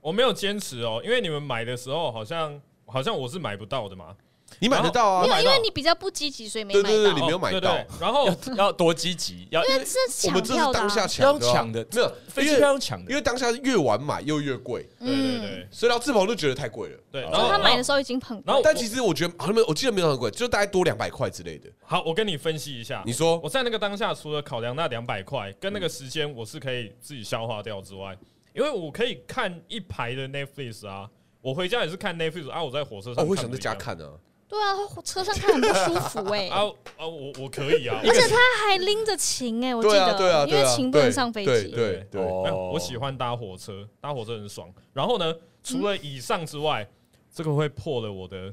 Speaker 3: 我没有坚持哦，因为你们买的时候好像好像我是买不到的嘛，
Speaker 1: 你买得到啊
Speaker 4: 没？
Speaker 3: 然
Speaker 4: 有，
Speaker 3: 后
Speaker 4: 因为你比较不积极，所以没
Speaker 1: 对
Speaker 4: 买
Speaker 1: 对对
Speaker 4: 到
Speaker 1: 你。没有
Speaker 3: 哦
Speaker 1: 买
Speaker 3: 对
Speaker 1: 到
Speaker 3: 对
Speaker 1: <laughs>
Speaker 3: 然后
Speaker 2: 要要多积极，要
Speaker 4: 因为这是
Speaker 1: 我
Speaker 4: 抢
Speaker 1: 们这
Speaker 4: 票
Speaker 1: 是
Speaker 4: 的啊、
Speaker 1: 当下抢
Speaker 2: 要
Speaker 1: 的啊
Speaker 2: 抢的
Speaker 1: 没有
Speaker 2: 飞
Speaker 1: 因
Speaker 2: 机
Speaker 1: 为
Speaker 2: 票要抢
Speaker 1: 因
Speaker 2: 的，
Speaker 1: 为当下是越晚买又越贵，
Speaker 3: 对对对，
Speaker 1: 所以然后志鹏就觉得太贵了。
Speaker 3: 对，然
Speaker 4: 就
Speaker 3: 后
Speaker 4: 他买的
Speaker 3: 然后
Speaker 4: 时候已经很贵
Speaker 3: 然后
Speaker 1: 但其实哦我觉得好像没有，我记得没有很贵，就大概多两百块之类的。
Speaker 3: 好，我跟你分析一下，
Speaker 1: 你说
Speaker 3: 我在那个当下，除了考量那两百块跟那个时间，我是可以自己消化掉之外，因为我可以看一排的 Netflix 啊，我回家也是看 Netflix 啊，我在火车上
Speaker 1: 哦，我
Speaker 3: 不
Speaker 1: 会
Speaker 3: 一样，
Speaker 1: 想在家看啊，
Speaker 4: 对啊，车上看很不舒服
Speaker 1: <laughs>
Speaker 4: 哎、
Speaker 3: 啊啊，我我可以
Speaker 4: <laughs>
Speaker 3: 啊，
Speaker 4: 而且他还拎着琴哎、我记
Speaker 1: 对啊
Speaker 4: 得，
Speaker 1: 对啊，
Speaker 4: 因
Speaker 1: 对
Speaker 4: 为
Speaker 1: 啊，
Speaker 4: 琴不能
Speaker 1: 对
Speaker 4: 上飞
Speaker 1: 对
Speaker 4: 机，
Speaker 1: 对对，
Speaker 2: 哦
Speaker 3: 哎我喜欢搭火车，搭火车很爽。然后呢，除了以上之外，这个会破了我的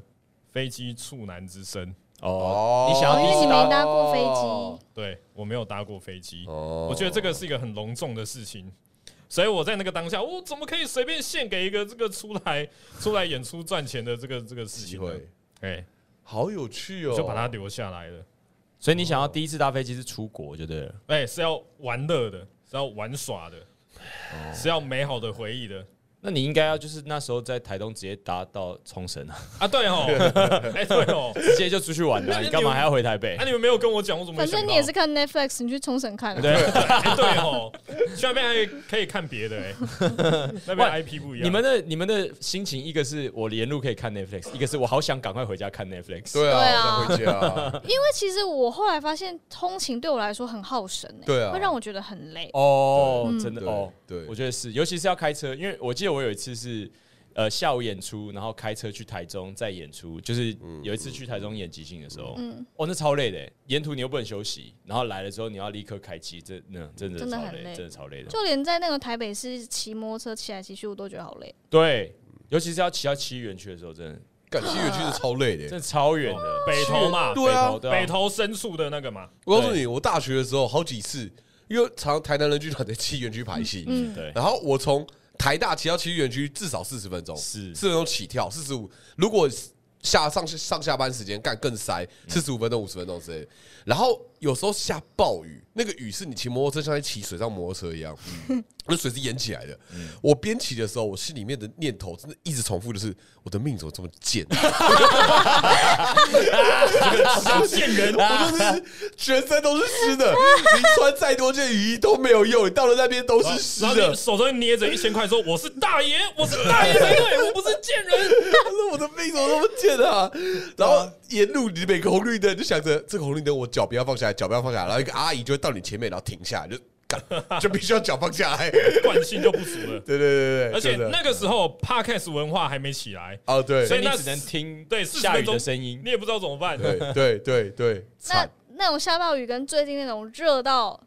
Speaker 3: 飞机处男之身。
Speaker 1: 哦
Speaker 2: 你想要
Speaker 4: 因为
Speaker 2: 意
Speaker 4: 你
Speaker 2: 识
Speaker 4: 没
Speaker 2: 到
Speaker 4: 搭过飞机，
Speaker 3: 对我没有搭过飞机，
Speaker 1: 哦
Speaker 3: 我觉得这个是一个很隆重的事情，所以我在那个当下，我怎么可以随便献给一个这个出来出来演出赚钱的这个这 <laughs> 个事
Speaker 1: 机
Speaker 3: 情呢？
Speaker 1: 会
Speaker 3: 哎，
Speaker 1: 好有趣哦，
Speaker 3: 我就把它留下来了。
Speaker 2: 所以你想要第一次搭飞机是出国就对了。
Speaker 3: 哎，是要玩乐的，是要玩耍的，
Speaker 1: 哦
Speaker 3: 是要美好的回忆的
Speaker 2: 那你应该要就是那时候在台东直接搭到冲绳 <laughs> 啊，
Speaker 3: 啊！
Speaker 1: <laughs>
Speaker 3: 对哦，哎对哦，
Speaker 2: 直接就出去玩了、啊
Speaker 3: 那
Speaker 2: 你干嘛还要回台北
Speaker 3: 啊，？你们没有跟我讲，我怎么会
Speaker 4: 反
Speaker 3: 想到
Speaker 4: 正你也是看 Netflix，你去冲绳看、啊，
Speaker 2: <laughs> 对，
Speaker 3: 哎对哦，去那边还可以可以看别的
Speaker 1: <laughs>
Speaker 3: 哎，那边 IP 不一样。
Speaker 2: 你们的你们的心情，一个是我沿路可以看 Netflix，一个是我好想赶快回家看 Netflix。
Speaker 1: 对
Speaker 4: 对
Speaker 1: 啊，
Speaker 4: 啊
Speaker 1: 我想回
Speaker 2: <laughs>
Speaker 1: 家，
Speaker 4: 因为其实我后来发现通勤对我来说很耗神哎、
Speaker 1: 对啊
Speaker 4: 会让我觉得很累。
Speaker 2: 哦，
Speaker 4: 对
Speaker 2: 真的
Speaker 1: 对
Speaker 2: 哦，
Speaker 1: 对
Speaker 2: 我觉得是，尤其是要开车，因为我记得我有一次是呃下午演出，然后开车去台中再演出，就是有一次去台中演即兴的时候，
Speaker 4: 嗯
Speaker 2: 哦，那超累的，沿途你又不能休息，然后来了之后你要立刻开机，这那真的
Speaker 4: 真的
Speaker 2: 超
Speaker 4: 很
Speaker 2: 累，
Speaker 4: 累
Speaker 2: 真的超累的，
Speaker 4: 就连在那个台北市骑摩托车骑来骑去，我都觉得好累。
Speaker 2: 对。尤其是要骑到七园区的时候，真的
Speaker 1: 感谢园区是超累的
Speaker 2: 真
Speaker 1: 欸。
Speaker 2: 的超远的，
Speaker 3: 北投嘛
Speaker 1: 对啊
Speaker 2: 北投
Speaker 3: 北投申诉的那个嘛，
Speaker 1: 我告诉你，我大学的时候好几次，因为常台南人剧团在七园区排戏，
Speaker 4: 嗯，
Speaker 2: 对
Speaker 1: 然后我从台大骑到七园区至少四十分钟，
Speaker 2: 是
Speaker 1: 四十分钟起跳，四十五。如果下上上下班时间干更塞，
Speaker 2: 嗯
Speaker 1: 四十五分钟、五十分钟之类的。然后有时候下暴雨，那个雨是你骑摩托车像在骑水上摩托车一
Speaker 2: <laughs>
Speaker 1: 样，嗯那水是淹起来的。
Speaker 2: 嗯
Speaker 1: 我边骑的时候，我心里面的念头真的一直重复的是：我的命怎么这么贱？啊
Speaker 2: <laughs>
Speaker 1: <laughs>
Speaker 3: 小贱人，
Speaker 1: 我就是全身都是湿的，你穿再多件雨衣都没有用，你到了那边都是湿
Speaker 3: 然后
Speaker 1: 的
Speaker 3: 你。手中捏着一千块说：“我是大爷，我是大爷才
Speaker 1: <laughs>
Speaker 3: 对，我不是贱人。
Speaker 1: 他说我的命怎么那么贱啊？然后沿路你每个红绿灯就想着这个红绿灯我脚不要放下来，脚不要放下来，然后一个阿姨就会到你前面，然后停下来就干，就必须要脚放下来。”对
Speaker 3: 惯性就不足了。
Speaker 1: 对对对对，
Speaker 3: 而且
Speaker 1: 真的
Speaker 3: 那个时候 podcast 文化还没起来，
Speaker 1: 哦对
Speaker 2: 所
Speaker 1: 对
Speaker 2: 以你
Speaker 3: 那
Speaker 2: 只能听
Speaker 3: 对40
Speaker 2: 下雨
Speaker 3: 分钟
Speaker 2: 的声音
Speaker 3: 你。也不知道怎么办。
Speaker 1: 对对对，
Speaker 4: 那
Speaker 1: 惨
Speaker 4: 那种下暴雨跟最近那种热到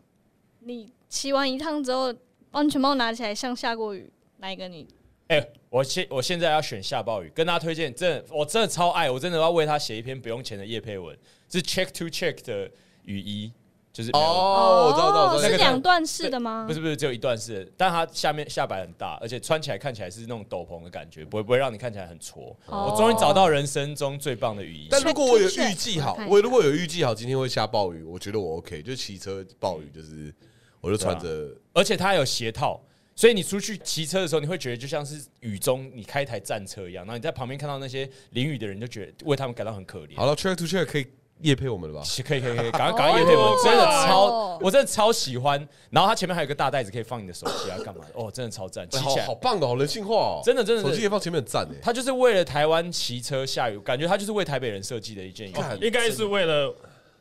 Speaker 4: 你骑完一趟之后，安全帽拿起来像下过雨，哪一个你？
Speaker 2: 哎、我现我现在要选下暴雨，跟大家推荐，真的我真的超爱，我真的要为他写一篇不用钱的叶配文，是 check to check 的雨衣，就是没有
Speaker 1: 哦，我知道，我知道，我知道
Speaker 2: 那
Speaker 4: 是
Speaker 2: 个
Speaker 4: 两段式的吗？
Speaker 2: 不是不是，只有一段是，但它下面下摆很大，而且穿起来看起来是那种斗篷的感觉，不会不会让你看起来很挫。
Speaker 4: 哦
Speaker 2: 我终于找到人生中最棒的雨衣，
Speaker 1: 但如果我有预计好
Speaker 4: 看，一下
Speaker 1: 我如果有预计好今天会下暴雨，我觉得我 OK，就骑车暴雨，就是我就穿着
Speaker 2: 而且它还有鞋套，所以你出去骑车的时候，你会觉得就像是雨中你开一台战车一样，然后你在旁边看到那些淋雨的人，就觉得为他们感到很可怜。
Speaker 1: 好了，check to check 可以夜配我们了吧？
Speaker 2: 可以可以可以，赶快赶快夜配
Speaker 3: 哦
Speaker 2: 我，真的
Speaker 4: 哦
Speaker 2: 超，我真的超喜欢。然后它前面还有一个大袋子，可以放你的手机啊，干嘛的？哦，真的超赞，骑
Speaker 1: 哎好
Speaker 2: 起来
Speaker 1: 好棒哦，好人性化哦，
Speaker 2: 真的真的
Speaker 1: 手机也放前面很赞哎，
Speaker 2: 他就是为了台湾骑车下雨，感觉他就是为台北人设计的一件衣服。
Speaker 1: 干
Speaker 3: 应该是为了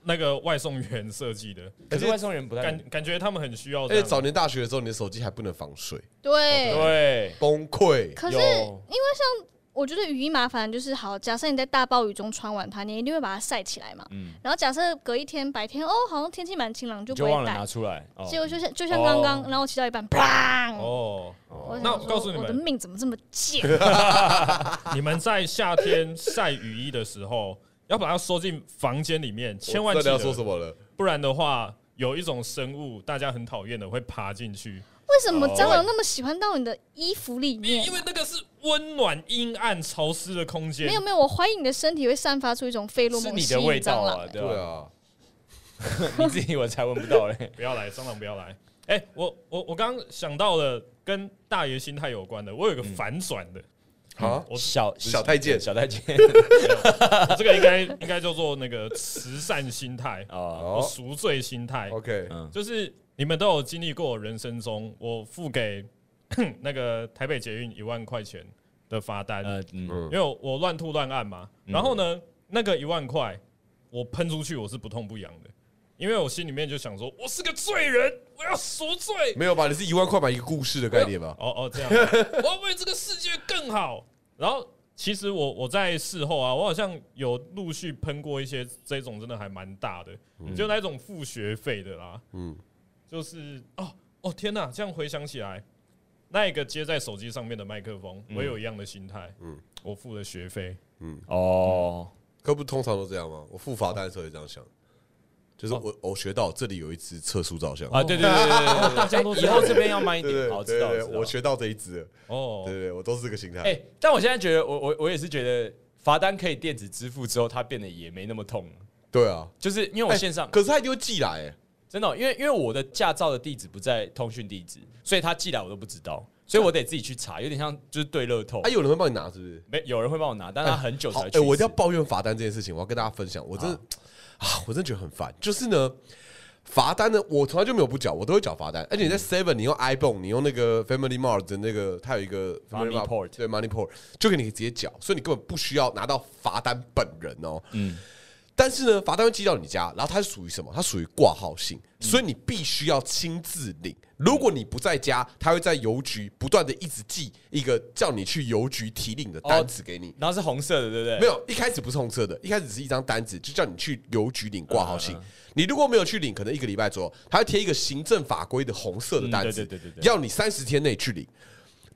Speaker 3: 那个外送员设计的，
Speaker 2: 可是外送人不太
Speaker 3: 感感觉他们很需要
Speaker 1: 而且
Speaker 3: 这样。
Speaker 1: 哎早年大学的时候，你的手机还不能防水，
Speaker 4: 对，
Speaker 2: 对，
Speaker 1: 崩溃。
Speaker 4: 可是
Speaker 2: 有
Speaker 4: 我觉得雨衣麻烦就是好，假设你在大暴雨中穿完它，你一定会把它晒起来嘛。
Speaker 2: 嗯
Speaker 4: 然后假设隔一天白天哦，好像天气蛮晴朗，就
Speaker 2: 你
Speaker 4: 不
Speaker 2: 就忘
Speaker 4: 会
Speaker 2: 了
Speaker 4: 带
Speaker 2: 拿。出来。哦
Speaker 4: 结果就像就像刚刚，
Speaker 2: 哦
Speaker 4: 然后我骑到一半，砰！
Speaker 3: 哦，
Speaker 4: 我
Speaker 3: 那
Speaker 4: 想
Speaker 3: 我
Speaker 4: 说
Speaker 3: 告诉你
Speaker 4: 我的
Speaker 3: 们
Speaker 4: 命怎么这么贱？
Speaker 3: 你们在夏天 <laughs> 晒雨衣的时候，要把它收进房间里面，千万
Speaker 1: 我
Speaker 3: 记
Speaker 1: 知道你要说
Speaker 3: 得，
Speaker 1: 什么了？
Speaker 3: 不然的话，有一种生物大家很讨厌的会爬进去，
Speaker 4: 为什么蟑螂那么喜欢到你的衣服里
Speaker 3: 因
Speaker 4: 面
Speaker 3: 因？为那个是温暖、阴暗、潮湿的空间
Speaker 4: 没有。没有，我怀疑你的身体会散发出一种费洛
Speaker 2: 是
Speaker 4: 蒙
Speaker 2: 你
Speaker 4: 吸
Speaker 2: 的
Speaker 4: 引
Speaker 2: 味道
Speaker 4: 蟑螂
Speaker 2: 啊，
Speaker 4: 欸。
Speaker 2: 对
Speaker 1: 对
Speaker 2: 吧？
Speaker 1: 啊，
Speaker 2: 你自己我才闻不到嘞。
Speaker 3: 不要来，蟑螂不要来。哎、我我我刚刚想到了跟大爷心态有关的，我有一个反转的，
Speaker 2: 嗯
Speaker 1: 啊，
Speaker 3: 我
Speaker 2: 小
Speaker 1: 小太监
Speaker 2: 小太监
Speaker 3: 我这个应该应该叫做那个慈善心
Speaker 2: <laughs>
Speaker 3: 态，
Speaker 2: 哦，
Speaker 3: 我
Speaker 1: <laughs> 哦
Speaker 3: 赎罪心态，
Speaker 1: ，OK，
Speaker 2: 嗯，
Speaker 3: 就是你们都有经历过人生中，我付给 <coughs> 那个台北捷运一万块钱的罚单，
Speaker 2: 呃嗯，
Speaker 3: 因为我乱吐乱按嘛。然后呢，那个一万块我喷出去，我是不痛不痒的，因为我心里面就想说，我是个罪人，我要赎罪。
Speaker 1: 没有吧？你是一万块买一个故事的概念吧？
Speaker 3: 哦哦，这样，我要为这个世界更好。然后，其实我我在事后啊，我好像有陆续喷过一些这种真的还蛮大的，就那种付学费的啦，
Speaker 1: 嗯
Speaker 3: 嗯，就是哦哦天哪，这样回想起来，那一个接在手机上面的麦克风，我也有一样的心态，嗯，我付了学费，
Speaker 2: 哦，
Speaker 1: 可不通常都这样吗？我付罚单的时候也这样想，就是我我学到这里有一只测速照相
Speaker 2: 哦啊，对对对对对，大
Speaker 3: 家都这
Speaker 2: 以
Speaker 3: 样
Speaker 2: 后这边要慢一
Speaker 1: 对对
Speaker 2: 点，
Speaker 1: 对
Speaker 2: 好，知道
Speaker 1: 对对
Speaker 2: 了知道
Speaker 1: 我
Speaker 2: 了。
Speaker 1: 学到这一只了，
Speaker 3: 哦
Speaker 1: 对，对对，我都是这个心态。
Speaker 2: 哎，但我现在觉得，我我我也是觉得，罚单可以电子支付之后，它变得也没那么痛了，
Speaker 1: 对啊，
Speaker 2: 就是因为我
Speaker 1: 哎
Speaker 2: 哦线上
Speaker 1: 可是他一定会寄来、哎
Speaker 2: 真的哦、因为因为我的驾照的地址不在通讯地址，所以他寄来我都不知道，所以我得自己去查，有点像就是对乐透，
Speaker 1: 啊，有人会帮你拿是不是？
Speaker 2: 没有人会帮我拿，但他很久
Speaker 1: 好，
Speaker 2: 才
Speaker 1: 哎、
Speaker 2: 去。
Speaker 1: 我一定要抱怨罚单这件事情，我要跟大家分享，我真的啊我真的觉得很烦。就是呢，罚单呢，我从来就没有不缴，我都会缴罚单。而且你在
Speaker 2: 嗯
Speaker 1: Seven，你用 iPhone，你用那个 Family Mart 的那个，它有一个
Speaker 2: Money
Speaker 1: Family Mart-
Speaker 2: Port
Speaker 1: 对 Money Port，就给你直接缴，所以你根本不需要拿到罚单本人哦。嗯。但是呢，罚单会寄到你家，然后它是属于什么？它属于挂号信，
Speaker 2: 嗯
Speaker 1: 所以你必须要亲自领。如果你不在家，它会在邮局不断的一直寄一个叫你去邮局提领
Speaker 2: 哦
Speaker 1: 的单子给你。
Speaker 2: 然后是红色的，对不对？
Speaker 1: 没有，一开始不是红色的，一开始是一张单子，就叫你去邮局领挂号
Speaker 2: 嗯
Speaker 1: 信。你如果没有去领，可能一个礼拜左右，他会贴一个行政法规的红色的单子，
Speaker 2: 嗯对对对对对
Speaker 1: 要你三十天内去领。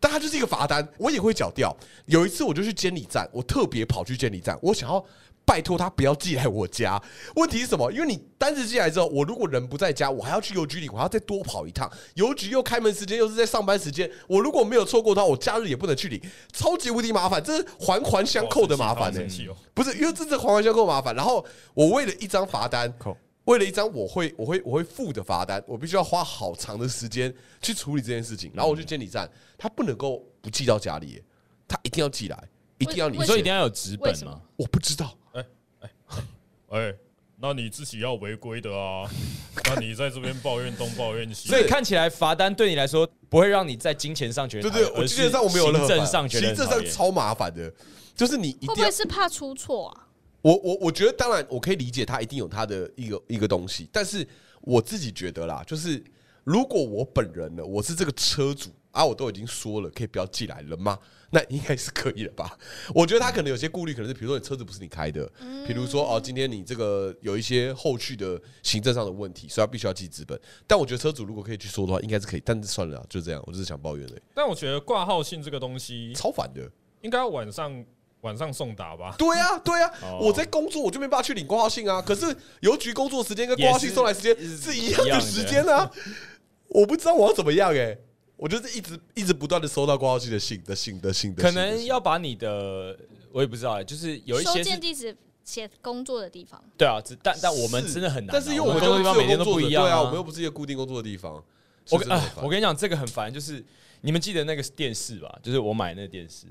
Speaker 1: 但它就是一个罚单，我也会缴掉。有一次我就去监理站，我特别跑去监理站，我想要拜托他不要寄来我家。问题是什么？因为你单子寄来之后，我如果人不在家，我还要去邮局领，我还要再多跑一趟。邮局又开门时间又是在上班时间，我如果没有错过它，我假日也不能去领，超级无敌麻烦，这是环环相扣的麻烦呢、
Speaker 3: 好生气哦
Speaker 1: 不是，因为这这环环相扣麻烦。然后我为了一张罚单
Speaker 2: 扣，
Speaker 1: 为了一张我会我会我会付的罚单，我必须要花好长的时间去处理这件事情。然后我去监理站，他不能够不寄到家里耶，他一定要寄来，一定要你
Speaker 4: 为
Speaker 2: 你说
Speaker 4: 什么
Speaker 1: 所
Speaker 2: 一
Speaker 1: 以
Speaker 2: 定要有纸
Speaker 4: 为
Speaker 2: 本
Speaker 4: 什么
Speaker 2: 吗？
Speaker 1: 我不知道，
Speaker 3: 哎、那你自己要违规的 <laughs> 啊，那你在这边抱怨东抱怨西，
Speaker 2: 所以看起来罚单对你来说不会让你在金钱上觉得
Speaker 1: 对
Speaker 2: 很讨厌，
Speaker 1: 对，我
Speaker 2: 而
Speaker 1: 记
Speaker 2: 是
Speaker 1: 得上我没有任何
Speaker 2: 哎行
Speaker 1: 烦
Speaker 2: 政上觉得
Speaker 1: 行
Speaker 2: 很
Speaker 1: 政
Speaker 2: 讨
Speaker 1: 上
Speaker 2: 厌
Speaker 1: 超麻烦的，就是你一定
Speaker 4: 会不
Speaker 1: 要
Speaker 4: 会是怕出错啊？
Speaker 1: 我我我觉得，当然我可以理解他一定有他的一个一个东西，但是我自己觉得啦，就是如果我本人呢，我是这个车主啊，我都已经说了可以不要寄来了吗？那应该是可以了吧？我觉得他可能有些顾虑，可能是比如说你车子不是你开的，比如说哦，今天你这个有一些后续的行政上的问题，所以他必须要寄资本。但我觉得车主如果可以去说的话，应该是可以，但是算了啦，就这样，我只是想抱怨而已，
Speaker 3: 但我觉得挂号信这个东西
Speaker 1: 超烦的。
Speaker 3: 应该要晚上晚上送达吧。
Speaker 1: 对呀、啊，对呀、啊
Speaker 2: 哦
Speaker 1: 我在工作，我就没办法去领挂号信啊。可是邮局工作时间跟挂号信
Speaker 2: 哦也是
Speaker 1: 送来时间是一样
Speaker 2: 一样
Speaker 1: 的
Speaker 2: 的
Speaker 1: 时间啊，我不知道我要怎么样哎、我就是一直一直不断的收到挂号信的信的信的信的信，
Speaker 2: 可能要把你的，我也不知道欸，就是有一
Speaker 4: 收
Speaker 2: 些
Speaker 4: 件
Speaker 2: 是，
Speaker 4: 地址写工作的地方，
Speaker 2: 对啊，只但但我们
Speaker 1: 是
Speaker 2: 真的很难啊，
Speaker 1: 但是因为我们
Speaker 2: 们工作地方
Speaker 1: 自由
Speaker 2: 每天都
Speaker 1: 工
Speaker 2: 不
Speaker 1: 作者
Speaker 2: 一样
Speaker 1: 对啊，
Speaker 2: 啊，
Speaker 1: 我们又不是一个固定工作的地方。是
Speaker 2: 我跟
Speaker 1: 真的
Speaker 2: 啊
Speaker 1: 很，烦
Speaker 2: 我跟你讲，这个很烦，就是你们记得那个电视吧？就是我买那个电视，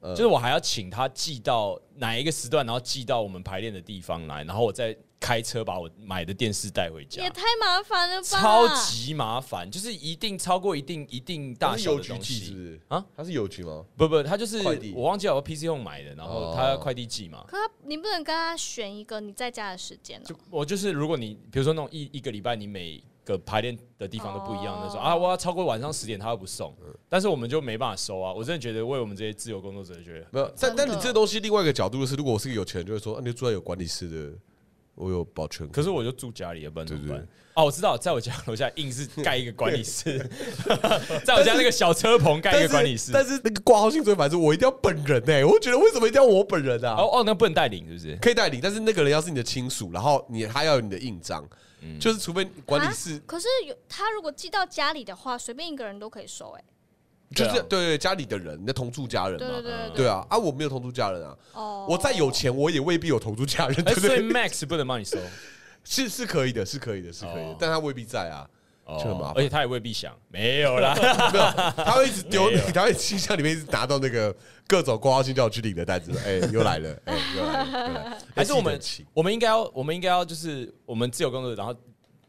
Speaker 1: 呃
Speaker 2: 就是我还要请他寄到哪一个时段，然后寄到我们排练的地方来，然后我再开车把我买的电视带回家
Speaker 4: 也，太麻烦了吧？
Speaker 2: 超级麻烦，就是一定超过一定一定大
Speaker 1: 它是
Speaker 2: 小
Speaker 1: 邮
Speaker 2: 的
Speaker 1: 局
Speaker 2: 东
Speaker 1: 寄是不
Speaker 2: 西。
Speaker 1: 是
Speaker 2: 啊？
Speaker 1: 它是邮局吗？
Speaker 2: 不不，他就是
Speaker 1: 快递哦
Speaker 2: 我忘记了我 PC 用买的，然后他快递寄嘛。
Speaker 4: 可他你不能跟他选一个你在家的时间哦、
Speaker 2: 就我就是，如果你比如说那种一一个礼拜，你每个排练的地方都不一样
Speaker 4: 哦
Speaker 2: 那种、啊，我要超过晚上十点，他又不送，
Speaker 1: 嗯
Speaker 2: 但是我们就没办法收啊。我真的觉得为我们这些自由工作者，觉得
Speaker 1: 没有，但
Speaker 4: 真的
Speaker 1: 但你这东西另外一个角度就是，如果我是个有钱人，就会说，啊，你住在有管理室的，我有保全。
Speaker 2: 可是我就住家里，也不能怎么
Speaker 1: 对
Speaker 2: 办？哦，我知道，在我家楼下硬是盖一个管理
Speaker 1: <laughs>
Speaker 2: 室， <laughs> 在我家那个小车棚 <laughs> 盖一个管理室。
Speaker 1: 但是但是那个挂号信最烦是，我一定要本人哎、我觉得为什么一定要我本人啊？
Speaker 2: 哦哦，那不能带领是不是？
Speaker 1: 可以代理，但是那个人要是你的亲属，然后你他要有你的印章，
Speaker 2: 嗯
Speaker 1: 就是除非管理室
Speaker 4: 啊，可是有他如果寄到家里的话，随便一个人都可以收、哎，
Speaker 1: 就是对
Speaker 2: 对啊
Speaker 1: 对家里的人，你的同住家人
Speaker 4: 对对
Speaker 1: 嘛，
Speaker 4: 对
Speaker 1: 对，啊啊，我没有同住家人啊，
Speaker 4: 哦，
Speaker 1: 我再有钱我也未必有同住家人，对
Speaker 2: 哎，
Speaker 1: 不
Speaker 2: 所以
Speaker 1: 对？
Speaker 2: Max 不能帮你收，
Speaker 1: <laughs> 是是可以的，是可以的，是可以的
Speaker 2: 哦，
Speaker 1: 但他未必在啊，
Speaker 2: 哦
Speaker 1: 这很麻烦
Speaker 2: 而且他也未必想，没有 <laughs> 啦。
Speaker 1: 没有，他会一直丢
Speaker 2: 哎
Speaker 1: 你，他会信箱里面一直拿到那个各种挂号信叫我去领的单子，哎，又来了，哎，又来了又来了，
Speaker 2: <laughs> 还是我们
Speaker 1: 哎记得
Speaker 2: 我们应该要，我们应该要就是我们自由工作者，然后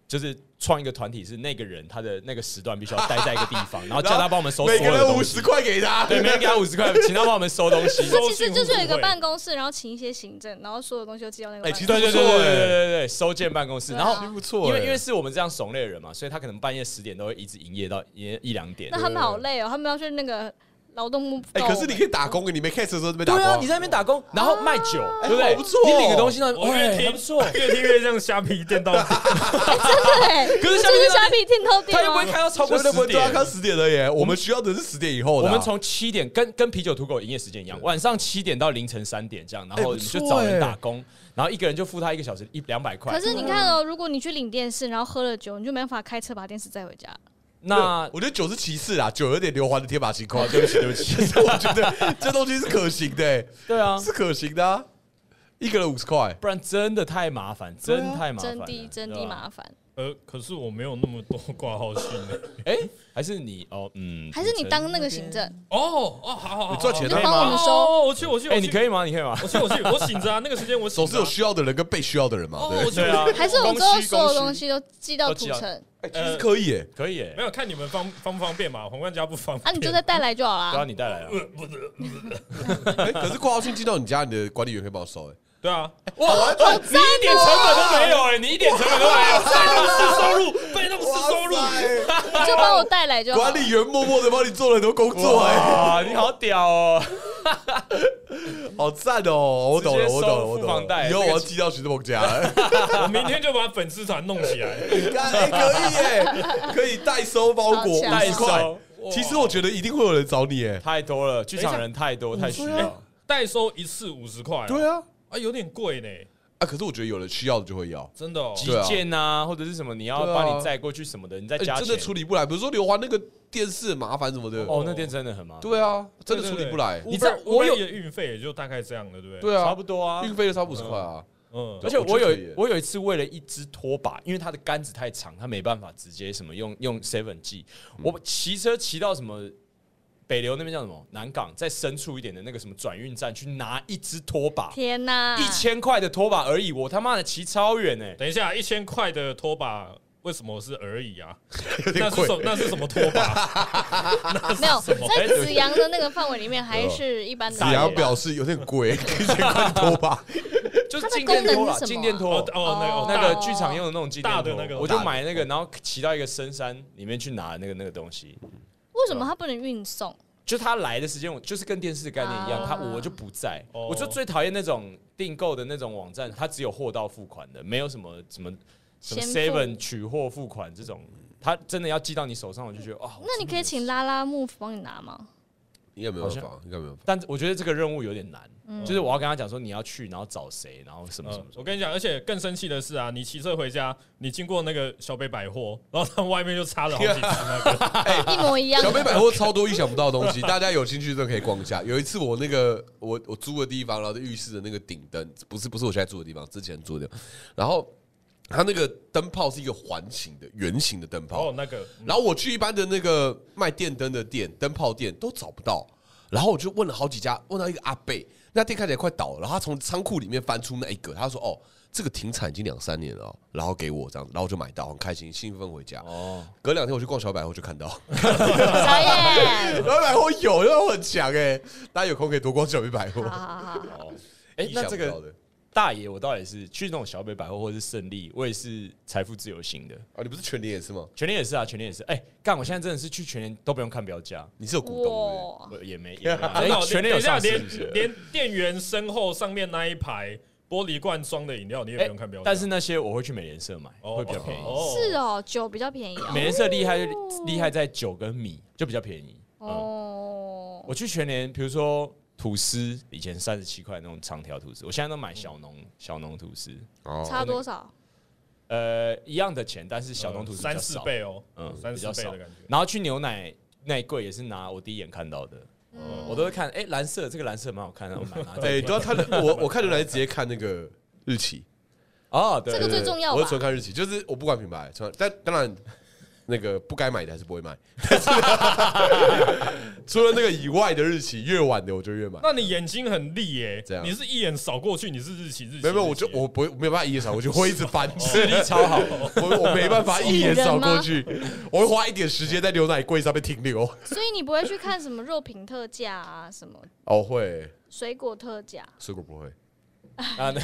Speaker 2: 就是创一个团体，是那个人他的那个时段必须要待在一个地方， <laughs> 然后叫他帮我们收所
Speaker 1: 每
Speaker 2: 有
Speaker 1: 个
Speaker 2: 的
Speaker 1: 人
Speaker 2: 东
Speaker 1: 五
Speaker 2: 西
Speaker 1: 十。块给他，
Speaker 2: 对，每个人给他五十块，请他帮我们收 <laughs> 东西。
Speaker 4: 他其实就是有
Speaker 3: 收信互
Speaker 4: 一个
Speaker 3: 惠
Speaker 4: 办公室，然后请一些行政，然后所有东西都寄到那个
Speaker 1: 哎
Speaker 4: 办公
Speaker 1: 其
Speaker 4: 室。
Speaker 2: 对
Speaker 1: 实
Speaker 2: 对对
Speaker 1: 不错
Speaker 2: 对
Speaker 1: 欸
Speaker 2: 对对对对，收件办公室。
Speaker 4: 对啊
Speaker 2: 然后
Speaker 1: 其实不错欸，
Speaker 2: 哦因为因为是我们这样怂类的人嘛，所以他可能半夜十点都会一直营业到一一两点
Speaker 4: 那。他们好累哦，他们要去那个劳动部。哦
Speaker 1: 哎，可是你可以打工，你没 case 的时候就没打
Speaker 2: 对
Speaker 1: 工
Speaker 2: 啊，你在那边打工，然后卖酒，对不
Speaker 1: 好
Speaker 2: 哦对？
Speaker 1: 不错
Speaker 2: 你领个东西呢，
Speaker 3: 我
Speaker 2: 哎
Speaker 3: 越
Speaker 2: 还
Speaker 3: 听
Speaker 2: 不错。
Speaker 3: <laughs> 越听越像虾皮电到底。
Speaker 4: <laughs>
Speaker 2: <laughs>
Speaker 4: 对，
Speaker 2: 可是
Speaker 4: 这
Speaker 2: 下
Speaker 4: 是
Speaker 2: 面
Speaker 4: 虾皮听到
Speaker 2: 他
Speaker 4: 店
Speaker 2: 又不会
Speaker 4: 吗？
Speaker 2: 开到超
Speaker 1: 所
Speaker 2: 过
Speaker 1: 以那
Speaker 2: 十
Speaker 1: 不对啊，
Speaker 2: 点。
Speaker 1: 看十点而已。我们需要的是十点以后的啊。
Speaker 2: 我们从七点跟跟啤酒土狗营业时间一样，晚上七点到凌晨三点这样，然
Speaker 1: 哎
Speaker 2: 后我
Speaker 1: 不
Speaker 2: 们
Speaker 1: 错
Speaker 2: 就找
Speaker 1: 哎
Speaker 2: 人打工，然后一个人就付他一个小时一两百块。
Speaker 4: 可是你看哦，如果你去领电视，然后喝了酒，你就没办法开车把电视载回家。
Speaker 2: 那
Speaker 1: 我觉得九是其次啊，九有点刘环的天马行空啊。
Speaker 2: 对不起对不起，
Speaker 1: 但是我觉得这东西是可行的欸，
Speaker 2: 对啊，
Speaker 1: 是可行的啊。一个人五十块，
Speaker 2: 不然真的太麻烦，真的太麻烦
Speaker 4: 真
Speaker 2: 了，
Speaker 4: 的真
Speaker 2: 对
Speaker 4: 的
Speaker 2: 吧
Speaker 4: 麻烦，
Speaker 3: 呃， <laughs> 可是我没有那么多挂号信呢。
Speaker 2: 哎、还是你哦，嗯，
Speaker 4: 还是你当那个行政，
Speaker 3: 哦哦，好好好，
Speaker 1: 你赚钱
Speaker 4: 你
Speaker 1: 的
Speaker 4: 就
Speaker 1: 可以
Speaker 4: 帮
Speaker 1: 吗
Speaker 4: 我们
Speaker 3: 哦
Speaker 4: 收。
Speaker 3: 哦，我去我去，
Speaker 2: 哎、
Speaker 3: 我去
Speaker 2: 你可以吗？你可以吗？
Speaker 3: 我去我去，我醒着啊，那个时间我醒
Speaker 1: 总
Speaker 3: 着啊
Speaker 1: 是有需要的人跟被需要的人嘛，
Speaker 3: 哦
Speaker 1: 对不
Speaker 3: 我
Speaker 1: 对？
Speaker 3: 觉得
Speaker 2: <laughs> 对啊
Speaker 4: 还是我们之后
Speaker 2: 公司
Speaker 4: 所有
Speaker 2: 公司
Speaker 4: 东西都寄到
Speaker 2: 都
Speaker 4: 土
Speaker 2: 寄到
Speaker 4: 城，
Speaker 1: 哎其实可以耶，
Speaker 2: 可以耶、
Speaker 3: 没有看你们方方不方便嘛，皇冠家不方
Speaker 4: 啊，
Speaker 3: 便。
Speaker 4: 你就再带来就好
Speaker 2: 都要
Speaker 4: 啦。
Speaker 2: 你带来啊了。呃
Speaker 1: 哎可是挂号信寄到你家，你的管理员可以帮我收哎。
Speaker 3: 对啊，
Speaker 2: 哇，你一点成本都没有哎、你一点成本都没有，
Speaker 3: 被动式收入，被动式收入，
Speaker 1: 哇
Speaker 4: 你就帮我带来就
Speaker 1: 塞
Speaker 4: 好啦。
Speaker 1: 管理员默默的帮你做了很多工作哎，
Speaker 2: 哇，你好屌哦！
Speaker 1: 好赞哦！我懂了，
Speaker 2: 直
Speaker 1: 我
Speaker 2: 接收
Speaker 1: 懂了，我
Speaker 2: 付
Speaker 1: 懂
Speaker 2: 房
Speaker 1: 了。
Speaker 2: 贷
Speaker 1: 以后我
Speaker 2: 这个
Speaker 1: 要寄到徐志鹏家。欸
Speaker 3: 我明天就把粉丝团弄起来。
Speaker 1: 干哎
Speaker 2: <laughs>
Speaker 1: 可以耶，可以代收包裹，
Speaker 4: 好强
Speaker 2: 代
Speaker 1: 50块
Speaker 2: 收。
Speaker 1: 其实我觉得一定会有人找你哎，
Speaker 2: 太多了，剧场人太多，太需
Speaker 1: 对
Speaker 2: 要
Speaker 1: 啊。
Speaker 3: <laughs> 代收一次五十块，
Speaker 1: 对啊，
Speaker 3: 啊，有点贵呢，
Speaker 1: 啊，可是我觉得有人需要的就会要。
Speaker 3: 真的哦。
Speaker 2: 急件啊，或者是什么，你要
Speaker 1: 对啊
Speaker 2: 帮你载过去什么的，你再
Speaker 1: 哎
Speaker 2: 加
Speaker 1: 真
Speaker 2: 钱
Speaker 1: 的。处理不来，比如说刘华那个电视很麻烦什么的，
Speaker 2: 哦，那店真的很麻烦，
Speaker 1: 对啊，真的处理不来。
Speaker 2: 你知道
Speaker 3: Uber-
Speaker 2: 我有
Speaker 3: Uber 的运费也就大概这样的，对不对？
Speaker 1: 对
Speaker 2: 差
Speaker 1: 啊
Speaker 2: 不，多啊。
Speaker 1: 运费就差五十块啊，
Speaker 3: 嗯
Speaker 2: 而且我
Speaker 1: 我觉得可以
Speaker 2: 有我有一次为了一只拖把，因为它的杆子太长，它没办法直接什么用用 Seven G，我
Speaker 1: 嗯
Speaker 2: 骑车骑到什么北流那边叫什么南港，再深处一点的那个什么转运站去拿一只拖把，
Speaker 4: 天啊哪！
Speaker 2: 一千块的拖把而已，我他妈的骑超远
Speaker 1: <laughs>
Speaker 2: 哎、
Speaker 3: 等一下，一千块的拖把为什么是而已
Speaker 2: <laughs>
Speaker 3: 啊？
Speaker 1: 有
Speaker 3: 那
Speaker 1: 点
Speaker 3: 是
Speaker 1: 贵
Speaker 3: 什。么那是什么拖把？
Speaker 4: 没有在子阳的那个范围里面，还是
Speaker 2: <laughs>
Speaker 4: 一般的。
Speaker 1: 子
Speaker 2: 啊
Speaker 1: 阳表示有点贵，可以先快拖吧。
Speaker 2: 就是
Speaker 4: 它的
Speaker 2: 静电拖
Speaker 4: 功
Speaker 2: 啦，
Speaker 4: 能是什么啊
Speaker 2: 静电拖
Speaker 3: 哦。哦，那
Speaker 2: 那
Speaker 3: 个
Speaker 2: 个
Speaker 3: 哦
Speaker 2: 剧场用的那种静电
Speaker 3: 大的
Speaker 2: 拖
Speaker 3: 那个
Speaker 2: 我就买那个，然后骑到一个深山里面去拿那个那个东西。
Speaker 4: 为什么他不能运送？
Speaker 2: 就他来的时间，我就是跟电视的概念一样，
Speaker 4: 啊
Speaker 2: 他我就不在，
Speaker 3: 哦
Speaker 2: 我就最讨厌那种订购的那种网站，它只有货到付款的，没有什么什么什么
Speaker 4: 先付
Speaker 2: Seven 取货付款这种，他真的要寄到你手上，我就觉得哦，
Speaker 4: 那你可以请拉拉木夫帮你拿吗？
Speaker 1: 应该没办
Speaker 2: 好
Speaker 1: 法，应该没办法。
Speaker 2: 但我觉得这个任务有点难，
Speaker 4: 嗯
Speaker 2: 就是我要跟他讲说你要去，然后找谁，然后什么什
Speaker 3: 嗯
Speaker 2: 么，什
Speaker 3: 我
Speaker 2: 么。
Speaker 3: 跟你讲，而且更生气的是啊，你骑车回家，你经过那个小北百货，然后他们外面就插了好几只那个，
Speaker 2: 哎
Speaker 4: 一模一样
Speaker 2: <laughs>
Speaker 1: 小。北百货超多意想不到的东西， <laughs> 大家有兴趣真的可以逛一下。有一次我那个我我租的地方，然后浴室的那个顶灯，不是不是我现在住的地方，之前住的地方，然后它那个灯泡是一个环形的圆形的灯
Speaker 3: 然后
Speaker 1: 泡，
Speaker 3: 哦那个嗯
Speaker 1: 然后我去一般的那个卖电灯的店、灯泡店都找不到，然后我就问了好几家，问到一个阿贝，那店看起来快倒了，然后他从仓库里面翻出那一个，他说哦。这个停产已经两三年了哦、然后给我这样，然后我就买到，很开心，兴奋回家。哦，隔两天我去逛小百货就看到，
Speaker 2: <laughs>
Speaker 4: 傻
Speaker 1: <laughs>
Speaker 4: 眼。
Speaker 1: 然后百货有，然后很强哎、大家有空可以多逛小北百货
Speaker 4: 啊好。好好好，
Speaker 2: 哎
Speaker 1: 意，想
Speaker 2: 那
Speaker 1: 不
Speaker 2: 这
Speaker 1: 到
Speaker 2: 个
Speaker 1: 的
Speaker 2: 大爷，我倒也是去那种小北百货或是胜利，我也是财富自由型的。
Speaker 1: 啊，你不是全年也是吗？
Speaker 2: 全年也是啊，全年也是。哎，干，我现在真的是去全年都不用看标价，
Speaker 1: 你是有股东
Speaker 4: 哇，
Speaker 2: 我也没。也
Speaker 3: <laughs>
Speaker 2: 没
Speaker 3: 真
Speaker 2: <laughs>
Speaker 3: 的
Speaker 2: 哎，全年
Speaker 3: 等
Speaker 2: 有
Speaker 3: 一下
Speaker 2: 上市是不
Speaker 3: 连
Speaker 2: 是。
Speaker 3: 连店员身后上面那一排玻璃罐装的饮料，你也不用看标
Speaker 2: 哎
Speaker 3: 价，
Speaker 2: 但是那些我会去美联社买，
Speaker 3: 哦
Speaker 2: 会比较便宜。
Speaker 3: 哦
Speaker 4: 是哦，酒比较便宜
Speaker 2: 美
Speaker 4: 哦。
Speaker 2: 联社厉害就厉害在酒跟米就比较便宜。
Speaker 4: 哦，
Speaker 2: 我去全年，比如说吐司，以前三十七块那种长条吐司，我现在都买
Speaker 3: 嗯
Speaker 2: 小农小农吐司，
Speaker 1: 对不对？
Speaker 4: 差多少？
Speaker 2: 呃，一样的钱，但是小农吐司比较
Speaker 3: 呃三四
Speaker 2: 少，
Speaker 3: 倍哦，
Speaker 2: 嗯，
Speaker 3: 三
Speaker 2: 比
Speaker 3: 四
Speaker 2: 较
Speaker 3: 倍
Speaker 2: 少
Speaker 3: 的感觉。
Speaker 2: 然后去牛奶那一柜也是拿我第一眼看到的，
Speaker 3: 哦
Speaker 2: 我都会看，哎，蓝色这个蓝色蛮好看的，我买拿这个。
Speaker 1: 哎，都要看我，我看牛奶是直接看那个日期，
Speaker 2: 哦，对
Speaker 4: 这个
Speaker 2: 对
Speaker 4: 最重要吧
Speaker 1: 我是纯看日期，就是我不管品牌，纯但当然那个不该买的还是 <laughs> 不会买，但是除了那个以外的日期，越晚的我就越买。
Speaker 3: 那你眼睛很利耶
Speaker 1: 这，样
Speaker 3: 你是一眼扫过去，你是日期日期，
Speaker 1: 没有，没有，
Speaker 3: 日
Speaker 1: 我
Speaker 3: 期
Speaker 1: 就我不会没有办法一眼扫过去，我会一直翻，
Speaker 2: 视力超
Speaker 3: <laughs>
Speaker 2: 好，
Speaker 1: <laughs> 我我没办法一眼扫过去，我会花一点时间在牛奶柜上面停留。
Speaker 4: 所以你不会去看什么肉品特价啊，什么
Speaker 1: 哦，会，
Speaker 4: 水果特价？
Speaker 1: 水果不会。
Speaker 2: 啊，那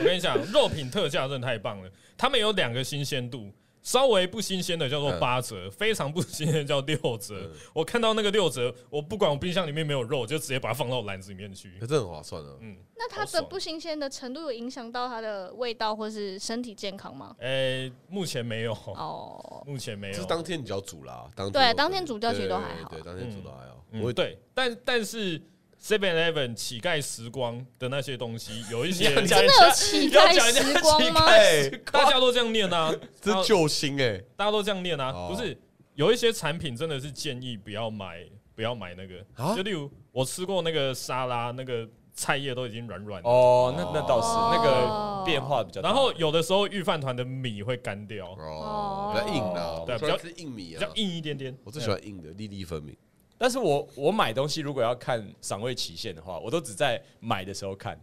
Speaker 3: 我跟你讲，肉品特价真的太棒了，他们有两个新鲜度。稍微不新鲜的叫做
Speaker 1: 嗯
Speaker 3: 八折，非常不新鲜的叫六折。我看到那个六折，我不管我冰箱里面没有肉，我就直接把它放到篮子里面去
Speaker 1: 可。这很划算啊！
Speaker 3: 嗯
Speaker 4: 那它
Speaker 3: 好
Speaker 4: 的
Speaker 3: 爽
Speaker 4: 不新鲜的程度有影响到它的味道或是身体健康吗？
Speaker 3: 诶、哎目前没有，
Speaker 4: 哦，
Speaker 3: 目前没
Speaker 1: 就是
Speaker 3: 有。
Speaker 1: 当天你就要煮啦，当
Speaker 4: 对
Speaker 1: 就
Speaker 4: 当天煮掉其实
Speaker 1: 对
Speaker 4: 都还好
Speaker 1: 对，当天煮都还好。
Speaker 3: 嗯
Speaker 1: 我
Speaker 3: 对，但但是 Seven Eleven 乞丐时光的那些东西，
Speaker 1: <laughs>
Speaker 3: 有一些
Speaker 2: 你要讲
Speaker 4: 真的有乞丐时光吗？
Speaker 2: <laughs>
Speaker 1: 哎，
Speaker 3: 大家都这样念啊，
Speaker 1: <laughs> 这是救星哎，
Speaker 3: 大家都这样念啊，
Speaker 1: 哦
Speaker 3: 不是有一些产品真的是建议不要买，不要买那个。
Speaker 1: 啊
Speaker 3: 就例如我吃过那个沙拉，那个菜叶都已经软软的。
Speaker 2: 哦，那那倒是
Speaker 4: 哦
Speaker 2: 那个变化比较大，
Speaker 3: 然后有的时候御饭团的米会干掉，
Speaker 1: 哦，比较硬啦，
Speaker 3: 对
Speaker 1: 我喜
Speaker 3: 比较
Speaker 1: 欢吃硬米
Speaker 3: 比
Speaker 1: 啊
Speaker 3: 较，硬一点点。
Speaker 1: 我最喜欢硬的，粒粒分
Speaker 3: <laughs>
Speaker 1: 明。
Speaker 2: 但是我我买东西如果要看赏味期限的话，我都只在买的时候看。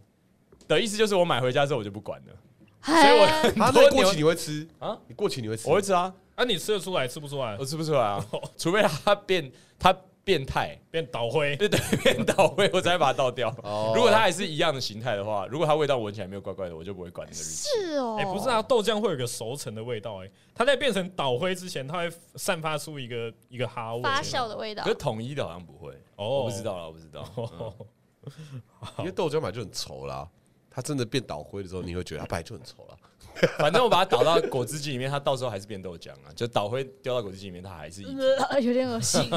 Speaker 2: 的意思就是我买回家之后我就不管了，所以
Speaker 4: 哎
Speaker 2: 我
Speaker 1: 啊，那
Speaker 2: 多牛
Speaker 1: 过期你会吃
Speaker 2: 啊
Speaker 1: 啊？你过期你会吃？
Speaker 2: 我会吃啊，
Speaker 3: 啊，你吃得出来吃不出来
Speaker 2: 我？吃不出来啊，除非它变它变态，
Speaker 3: 变倒灰，
Speaker 2: 对对，变倒味我才把它倒掉。
Speaker 1: 哦
Speaker 2: 如果它还是一样的形态的话，如果它味道闻起来没有怪怪的，我就不会管那个日期。
Speaker 4: 是哦，
Speaker 3: 哎、不是啊，豆浆会有个熟成的味道、哎，它在变成倒灰之前，它会散发出一个一个哈味。
Speaker 4: 发酵的味道
Speaker 2: 可是，统一的好像不会，
Speaker 3: 哦
Speaker 2: 我不知道了，我不知道。
Speaker 1: 因为豆浆买就很稠啦，它真的变倒灰的时候，你会觉得它本来就很稠
Speaker 3: 嗯
Speaker 1: 啦。
Speaker 2: <laughs> 反正我把它倒到果汁机里面，它到时候还是变豆浆啊，就倒灰丢到果汁机里面，它还是一
Speaker 4: <laughs>
Speaker 2: 体。
Speaker 4: 呃有点恶心。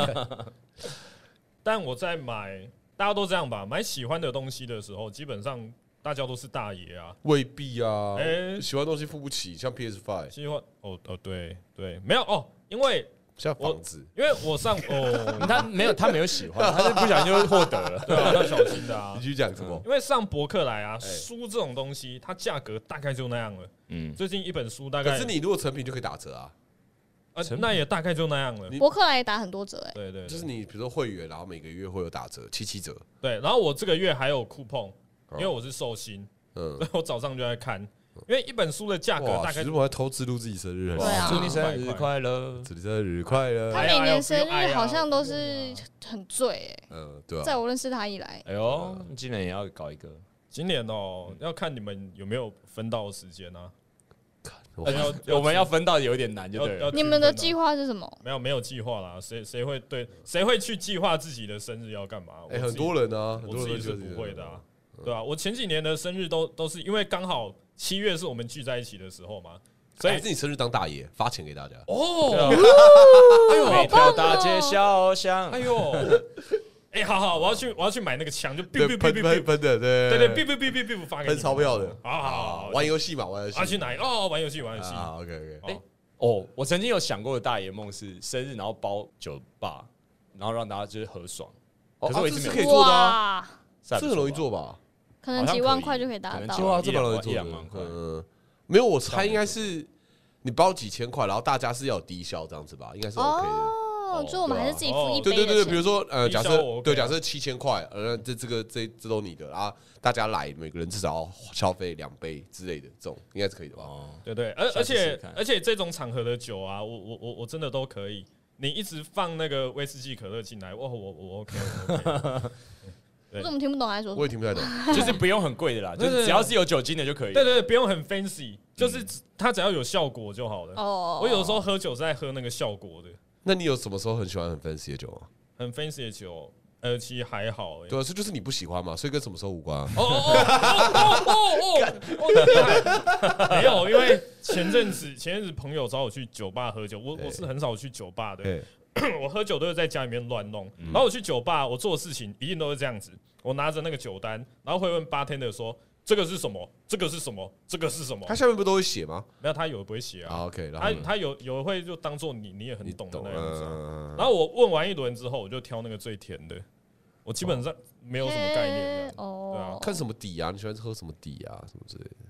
Speaker 3: 但我在买，大家都这样吧，买喜欢的东西的时候，基本上大家都是大爷啊，
Speaker 1: 未必啊，
Speaker 3: 哎
Speaker 1: 喜欢东西付不起，像 PS Five，
Speaker 3: 喜欢哦哦对对，没有哦，因为
Speaker 1: 像房子，
Speaker 3: 因为
Speaker 1: <laughs>
Speaker 3: 我上哦，
Speaker 2: 他没有，他没有喜欢，他是不小心就获得了。
Speaker 1: <laughs>
Speaker 3: 对啊，要小心
Speaker 1: 你
Speaker 3: 的啊
Speaker 1: 继，续讲什么？
Speaker 3: 因为上博客来
Speaker 1: 哎
Speaker 3: 啊，书这种东西，它价格大概就那样了。
Speaker 2: 嗯，
Speaker 3: 最近一本书大概，
Speaker 1: 可是你如果成品就可以打折啊，
Speaker 3: 呃
Speaker 2: 成
Speaker 3: 那也大概就那样了
Speaker 1: 你。
Speaker 4: 博客来也打很多折哎，
Speaker 3: 对对，
Speaker 1: 就
Speaker 3: 对
Speaker 1: 是你比如说会员，然后每个月会有打折，七七折。
Speaker 3: 对。然后我这个月还有 coupon，
Speaker 1: 哦
Speaker 3: 因为我是寿星，
Speaker 1: 嗯
Speaker 3: 所，以我早上就在看，因为一本书的价格
Speaker 1: 哇，
Speaker 3: 大概
Speaker 1: 徐志摩还偷自录自己生日，
Speaker 4: 对啊
Speaker 2: 哦祝你生日快乐！
Speaker 1: 祝你生日快
Speaker 4: 他
Speaker 1: 乐。
Speaker 3: 哎
Speaker 4: 每
Speaker 3: 呀
Speaker 4: 年生
Speaker 3: 哎
Speaker 4: 日
Speaker 3: 呀
Speaker 4: 好像都是很醉
Speaker 1: 嗯，对
Speaker 4: 哎，
Speaker 1: 啊
Speaker 4: 在，我认识他以来，
Speaker 2: 哎呦，你竟然也要搞一个，
Speaker 3: 今年哦，要看你们有没有分到时间啊。
Speaker 1: 我
Speaker 3: 要要
Speaker 2: 我们要分到有点难，就
Speaker 3: 要
Speaker 2: 对
Speaker 3: 要
Speaker 2: 了。
Speaker 4: 你们的
Speaker 3: 区分
Speaker 4: 计划是什么？
Speaker 3: 没有没有计划啦，谁谁会对谁会去计划自己的生日要干嘛？我
Speaker 1: 哎，
Speaker 3: 自己
Speaker 1: 很多人啊，很
Speaker 3: 我
Speaker 1: 多
Speaker 3: 自
Speaker 1: 人
Speaker 3: 己
Speaker 1: 觉
Speaker 3: 是
Speaker 1: 得
Speaker 3: 不会的、啊，对啊，我前几年的生日都都是因为刚好七月是我们聚在一起的时候嘛，所以
Speaker 1: 哎还是你生日当大爷，发钱给大家。
Speaker 3: 哦，
Speaker 2: 啊每
Speaker 4: 啊
Speaker 2: 条大街小巷，
Speaker 3: 哎呦，哎，好好，我要去，我要去买那个枪，就哔哔
Speaker 1: 对，
Speaker 3: 哔
Speaker 1: 喷
Speaker 3: 哔
Speaker 1: 喷
Speaker 3: 哔，
Speaker 1: 喷的，对
Speaker 3: 对对，哔哔哔哔哔，发给你
Speaker 1: 喷钞票的。
Speaker 3: 好好好好，
Speaker 1: 玩游戏嘛，玩游戏。
Speaker 3: 啊去哪里？哦，玩游戏，玩游戏。
Speaker 1: 啊，OK OK。
Speaker 3: 哦
Speaker 2: 哦，我曾经有想过的大爷梦是生日，然后包酒吧，然后让大家就是喝爽。可哦是我一直
Speaker 1: 这是
Speaker 2: 没
Speaker 1: 可以
Speaker 2: 有，
Speaker 1: 做的啊，
Speaker 4: 哇，
Speaker 2: 这还
Speaker 1: 这
Speaker 2: 不错
Speaker 1: 很容易
Speaker 2: 吧。
Speaker 1: 做吧？
Speaker 4: 可能
Speaker 2: 好像
Speaker 4: 几
Speaker 2: 可
Speaker 4: 万
Speaker 2: 以
Speaker 4: 块就可以达
Speaker 2: 可能
Speaker 4: 到
Speaker 2: 几
Speaker 1: 对
Speaker 4: 了。
Speaker 1: 啊，
Speaker 2: 一
Speaker 1: 这蛮容易
Speaker 2: 两万
Speaker 1: 做
Speaker 2: 一
Speaker 1: 的
Speaker 2: 两万。块
Speaker 1: 嗯，没有，我猜应该是你包几千块，然后大家是要有低消这样子吧，应该是 OK 的。
Speaker 4: 哦，就我们还是自己
Speaker 3: 哦
Speaker 4: 付一
Speaker 1: 对对
Speaker 4: 杯的
Speaker 1: 对，
Speaker 4: 钱。
Speaker 1: 比如说呃，
Speaker 3: 低消
Speaker 1: 假
Speaker 3: 我
Speaker 1: 设
Speaker 3: OK
Speaker 1: 对，
Speaker 3: 啊
Speaker 1: 假设七千块，呃，这这个这这都你的啊，大家来每个人至少要消费两杯之类的，这种应该是可以的吧？
Speaker 2: 哦，
Speaker 3: 对对，而
Speaker 2: 下
Speaker 3: 而
Speaker 2: 次试试
Speaker 3: 且
Speaker 2: 看
Speaker 3: 而且这种场合的酒啊，我我我我真的都可以。你一直放那个威士忌、可乐进来，哇，我我 OK，我 OK
Speaker 4: 我怎么听不懂他在说什
Speaker 1: 我
Speaker 4: 么？
Speaker 1: 也听不
Speaker 4: <laughs>
Speaker 1: 太懂。
Speaker 2: 就是不用很贵 <laughs> 的啦，就
Speaker 3: 对
Speaker 2: 是
Speaker 3: 对
Speaker 2: 只要是有酒精的就可以。
Speaker 3: 对对对，不用很 fancy，就是只它只要有效果就好了。
Speaker 4: 哦，
Speaker 3: 我有时候喝酒是在喝那个效果的，
Speaker 1: 那你有什么时候很喜欢很 fancy 的酒吗？
Speaker 3: 很 fancy 的酒，呃，其实还好欸。
Speaker 1: 对啊，这就是你不喜欢嘛，所以跟什么时候无关啊。
Speaker 3: 哦哦哦哦哦！没有，因为前阵子前阵子朋友找我去酒吧喝酒，我我是很少去酒吧的，
Speaker 1: 对，
Speaker 3: 我喝酒都是在家里面乱弄。然后我去酒吧，我做的事情一定都是这样子，我拿着那个酒单，然后会问 bartender 说。这个是什么？这个是什么？这个是什么
Speaker 1: 它？下面不都会写吗？
Speaker 3: 没有，他有的不会写啊，
Speaker 1: 啊，OK，然后
Speaker 3: 他
Speaker 1: 呢
Speaker 3: 他有有的会就当做你你也很
Speaker 1: 你
Speaker 3: 懂的
Speaker 1: 懂
Speaker 3: 那样子啊。
Speaker 1: 嗯
Speaker 3: 然后我问完一轮之后，我就挑那个最甜的，我基本上没有什么概念这样
Speaker 4: 嘿。哦，
Speaker 1: 看什么底啊？你喜欢喝什么底啊？什么之类的？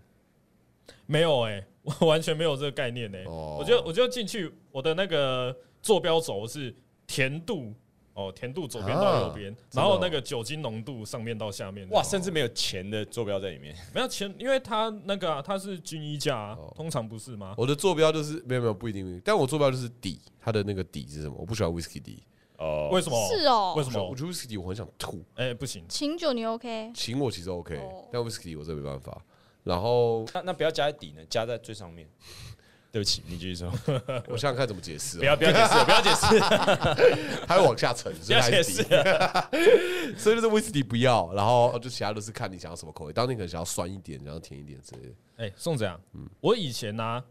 Speaker 3: 没有哎、我 <laughs> 完全没有这个概念哎、
Speaker 1: 哦
Speaker 3: 我就我就进去，我的那个坐标轴是甜度哦，甜度左边到右边，
Speaker 1: 真的哦
Speaker 3: 然后那个酒精浓度上面到下面。
Speaker 2: 哇，甚至没有钱的坐标在里面。 <laughs>
Speaker 3: 没有钱，因为它那个、啊、它是军衣架、啊
Speaker 1: 哦
Speaker 3: 通常不是吗？
Speaker 1: 我的坐标就是没有没有不一定，但我坐标就是底，它的那个底是什么？我不喜欢 whisky 底，
Speaker 2: 哦，
Speaker 3: 为什么？
Speaker 4: 是哦
Speaker 3: 为什
Speaker 1: 我
Speaker 3: 么？
Speaker 1: 觉得 whisky 底我很想吐，
Speaker 3: 哎、不行，
Speaker 4: 琴酒
Speaker 1: <laughs>
Speaker 4: 你 OK？
Speaker 1: 请我其实 OK，、
Speaker 4: 哦
Speaker 1: 但 whisky 底我真的没办法。然后
Speaker 2: 那那不要加在底呢，加在最上面。对不起，你继续 <laughs> 说。
Speaker 1: 我想想看怎么解释、
Speaker 2: 不
Speaker 1: 啊，
Speaker 2: 要不要解释，不要解释，
Speaker 1: 它会往下沉，
Speaker 2: 不
Speaker 1: 所以
Speaker 2: 要
Speaker 1: 它
Speaker 2: 解
Speaker 1: 是
Speaker 2: 释
Speaker 1: 底，。所以就是 whisky 底不 <laughs> 要，然后哦就其他都是看你想要什么口味，当你可能想要酸一点，想要甜一点之类的。
Speaker 3: 哎、宋子阳，
Speaker 1: 嗯
Speaker 3: 我以前呢、啊，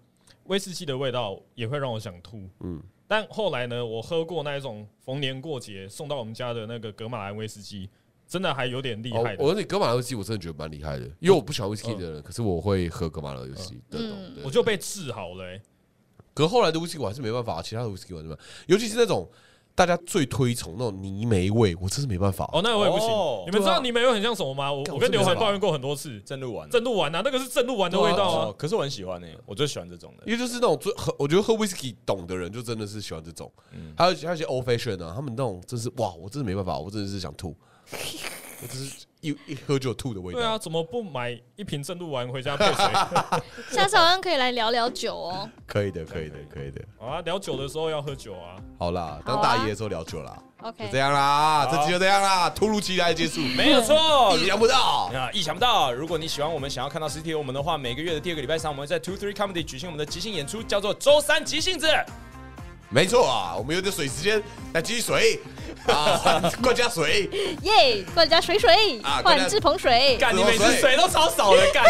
Speaker 3: 威士忌的味道也会让我想吐，嗯，但后来呢，我喝过那一种逢年过节送到我们家的那个格马兰威士忌，真的还有点厉
Speaker 1: 哦
Speaker 3: 害，的。
Speaker 1: 我跟你哥马拉游戏我真的觉得蛮厉害的，因为我不喜欢 whisky 的人，可是我会喝哥马拉游戏的
Speaker 4: 嗯
Speaker 1: 懂。对
Speaker 3: 我就被治好了、欸。
Speaker 1: 可后来的 whisky 我还是没办法，其他的 whisky 我还是没办法，尤其是那种大家最推崇那种泥煤味，我真是没办法。
Speaker 3: 哦，那我也不行。
Speaker 2: 哦
Speaker 3: 你们知
Speaker 1: 对
Speaker 3: 道
Speaker 1: 啊
Speaker 3: 你们有很像什么吗？我
Speaker 1: 干
Speaker 3: 我
Speaker 1: 我真
Speaker 3: 跟
Speaker 1: 没
Speaker 3: 刘环
Speaker 1: 办法
Speaker 3: 抱怨过很多次，
Speaker 2: 正录完
Speaker 3: 正露丸啊，那个是正露丸的味道啊
Speaker 2: 哦，。可是我很喜欢诶，我最喜欢这种的。
Speaker 1: 因为就是那种最喝，我觉得喝 whisky 懂的人就真的是喜欢这种，
Speaker 3: 嗯
Speaker 1: 还有还有一些 old fashion 啊，他们那种真是哇，我真的没办法，我真的是想吐，我只是一一喝就吐的味道。
Speaker 3: 对啊，怎么不买一瓶正露丸回家配
Speaker 1: <laughs>
Speaker 3: 水？
Speaker 4: 下次好像可以来聊聊酒哦。
Speaker 1: 可以的，可以的，可以的。
Speaker 3: 好啊，聊酒的时候要喝酒啊。
Speaker 1: 好啦，
Speaker 4: 好
Speaker 1: 当
Speaker 4: 啊
Speaker 1: 大爷的时候聊久啦，就
Speaker 4: OK，
Speaker 1: 这样啦，
Speaker 3: 啊
Speaker 2: 好
Speaker 1: 这集就这样啦，突如其来的结束，
Speaker 2: 没
Speaker 3: <laughs>
Speaker 2: 有错，
Speaker 1: 意想不到。
Speaker 2: 啊，意想不到！如果你喜欢我们，想要看到实体我们的话，每个月的第二个礼拜三，我们会在 Two Three Comedy 举行我们的即兴演出，叫做“周三即兴子
Speaker 1: 没错啊，我们有点水时间，来继续水啊，灌加水。
Speaker 4: 耶！灌加水水
Speaker 1: 啊，灌加
Speaker 4: 换志鹏”。水。
Speaker 2: 干，你每次水都超少的，干！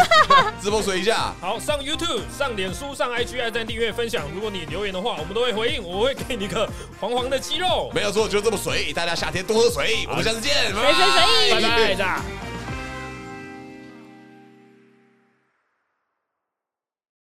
Speaker 1: 直播水一下。
Speaker 3: 好，上 YouTube、上脸书、上 IG、按赞、订阅、分享。如果你留言的话，我们都会回应，我会给你一个黄黄的肌肉。
Speaker 1: 没有错，就这么水，大家夏天多喝水。我们下次见，
Speaker 4: 水水水
Speaker 3: 拜拜，大家。